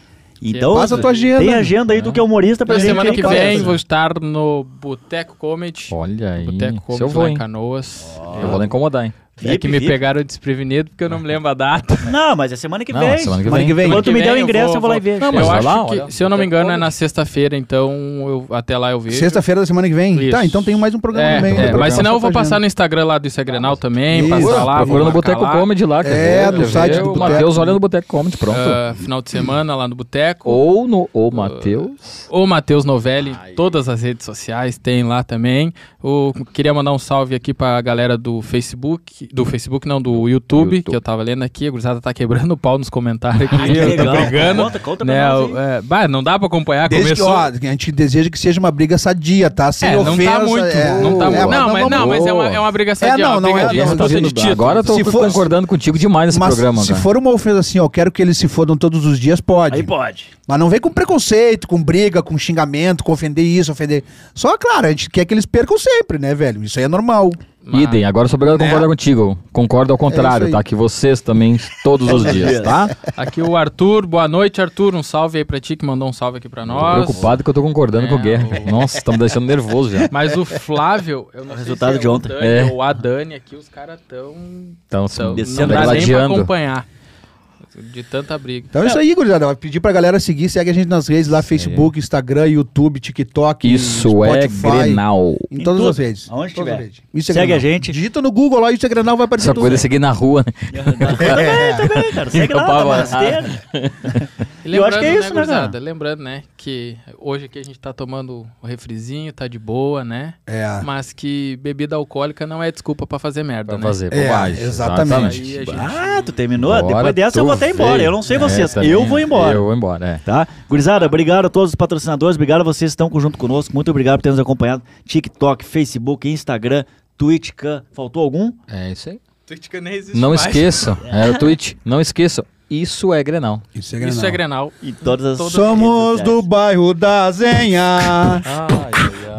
Então,
Passa a tua agenda.
tem agenda aí do que é humorista pra
Na
gente
semana
aí,
que
cara.
vem vou estar no Boteco Comedy.
Olha aí.
Boteco
Se eu
Comedy
vou,
lá em
hein?
Canoas.
Eu vou lá incomodar, hein?
É
VIP,
que me
VIP.
pegaram desprevenido porque eu não me lembro a data.
Não, mas é semana que
Não,
vem.
é semana que
Semana
vem.
que vem.
Quando tu me der o
vem
ingresso, eu vou lá e vejo.
Não,
mas
eu
vai
acho
lá,
que,
olha,
se eu não me engano, é na sexta-feira, então eu, até lá eu vejo.
Sexta-feira da semana que vem.
Isso.
Tá, então tem mais um programa
é,
no meio.
é,
programa.
mas senão eu
Passa a
vou
tua
passar
agenda.
no Instagram lá do Grenal também,
Isso.
passar Tá lá,
Procura no
vou marcar
Boteco
lá.
Comedy lá. quer
É,
ver,
do
quer ver.
site do
O
Boteco.
Matheus olha no Boteco Comedy, pronto.
Ah, final de semana lá no Boteco.
Ou no... Ou Matheus...
O Matheus Novelli, todas as redes sociais tem lá também. O, queria mandar um salve aqui pra galera do Facebook, do Facebook não, do YouTube,
YouTube.
que eu tava lendo aqui. A gurizada tá quebrando o pau nos comentários aqui.
Ah, que
tá
legal.
brigando.
Conta, conta pra
né,
nós
o- é, bah, não dá pra acompanhar,
Desde que,
começou...
ó, É, a gente deseja que seja uma briga sadia, tá? Sem
É, não
ofensa.
tá muito,
é.
não tá
É,
muito.
mas
não, mas,
vamos-
não, mas é uma, é uma
É,
brigação de
não,
uma
não é,
tá
brigação
não,
de disputa de título.
Agora eu tô
Se for-
concordando contigo demais nesse
Mas
programa,
se
né?
cara.
for uma ofensa assim, ó, eu quero que eles se fodam todos os dias, pode.
Aí pode.
Mas não vem com preconceito, com briga, com xingamento, com ofender isso, ofender. Só, claro, a gente quer que eles percam sempre, né, velho? Isso aí é normal.
Mas-
Idem, agora eu sou obrigado a concordar contigo. Concordo ao contrário,
Né? É aí. É
tá? Que vocês também, todos os dias, tá?
Aqui o Arthur, boa noite, Arthur. Um salve aí pra ti que mandou um salve aqui pra
Tô
nós.
preocupado que eu tô concordando
É,
com o Guerra. Nossa, estamos deixando nervoso já.
Mas o Flávio, eu não sei
Resultado
se é
de
o
ontem.
Dani
É.
ou a Dani aqui, os caras tão.
Então,
tão não
Descendo
dá nem pra
gladiando.
acompanhar. De tanta briga.
Então é isso aí, gurizada. Vai pedir pra galera seguir, segue a gente nas redes lá, Facebook, Instagram, YouTube, TikTok,
Isso
Spotify.
é Grenal.
Em todas
tudo,
as redes.
aonde
Em todas
tiver.
as redes. Isso é
Segue
Grenal.
a gente.
Digita no Google lá, isso é Grenal, vai aparecer
Essa
tudo.
coisa de seguir na rua, né?
Também, também, Tá cara. Segue lá,
Capava-
tá rasteiro.
E
Eu acho que é
lembrando,
isso, né,
gurizada?
cara?
Lembrando, né, que hoje aqui a gente tá tomando o refrizinho, tá de boa, né?
Ah.
É.
Mas que bebida alcoólica não é desculpa pra fazer merda,
Pra
né?
fazer
É,
bobagem.
exatamente.
Aí a gente-
Ah, tu terminou?
Agora
Depois dessa eu
tu
vou até
vê.
embora. Eu não sei
É,
vocês.
também.
eu vou embora.
Eu vou embora, é.
Tá? Gurizada, obrigado a todos os patrocinadores, obrigado a vocês que estão junto conosco. Muito obrigado por ter nos acompanhado. TikTok, Facebook, Instagram, Twitch, Cam. faltou algum?
É isso aí.
Twitch nem existe
Não
mais.
esqueçam. É o tweet. Não esqueçam. Isso é Grenal.
Isso é
Isso é Grenal.
E todas as
Todas-
Somos do bairro da Zenha,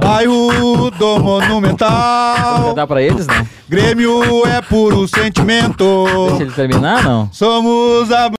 bairro do
Quer
Monumental.
dar pra eles, não?
Grêmio é puro sentimento.
Deixa ele terminar, não?
Somos a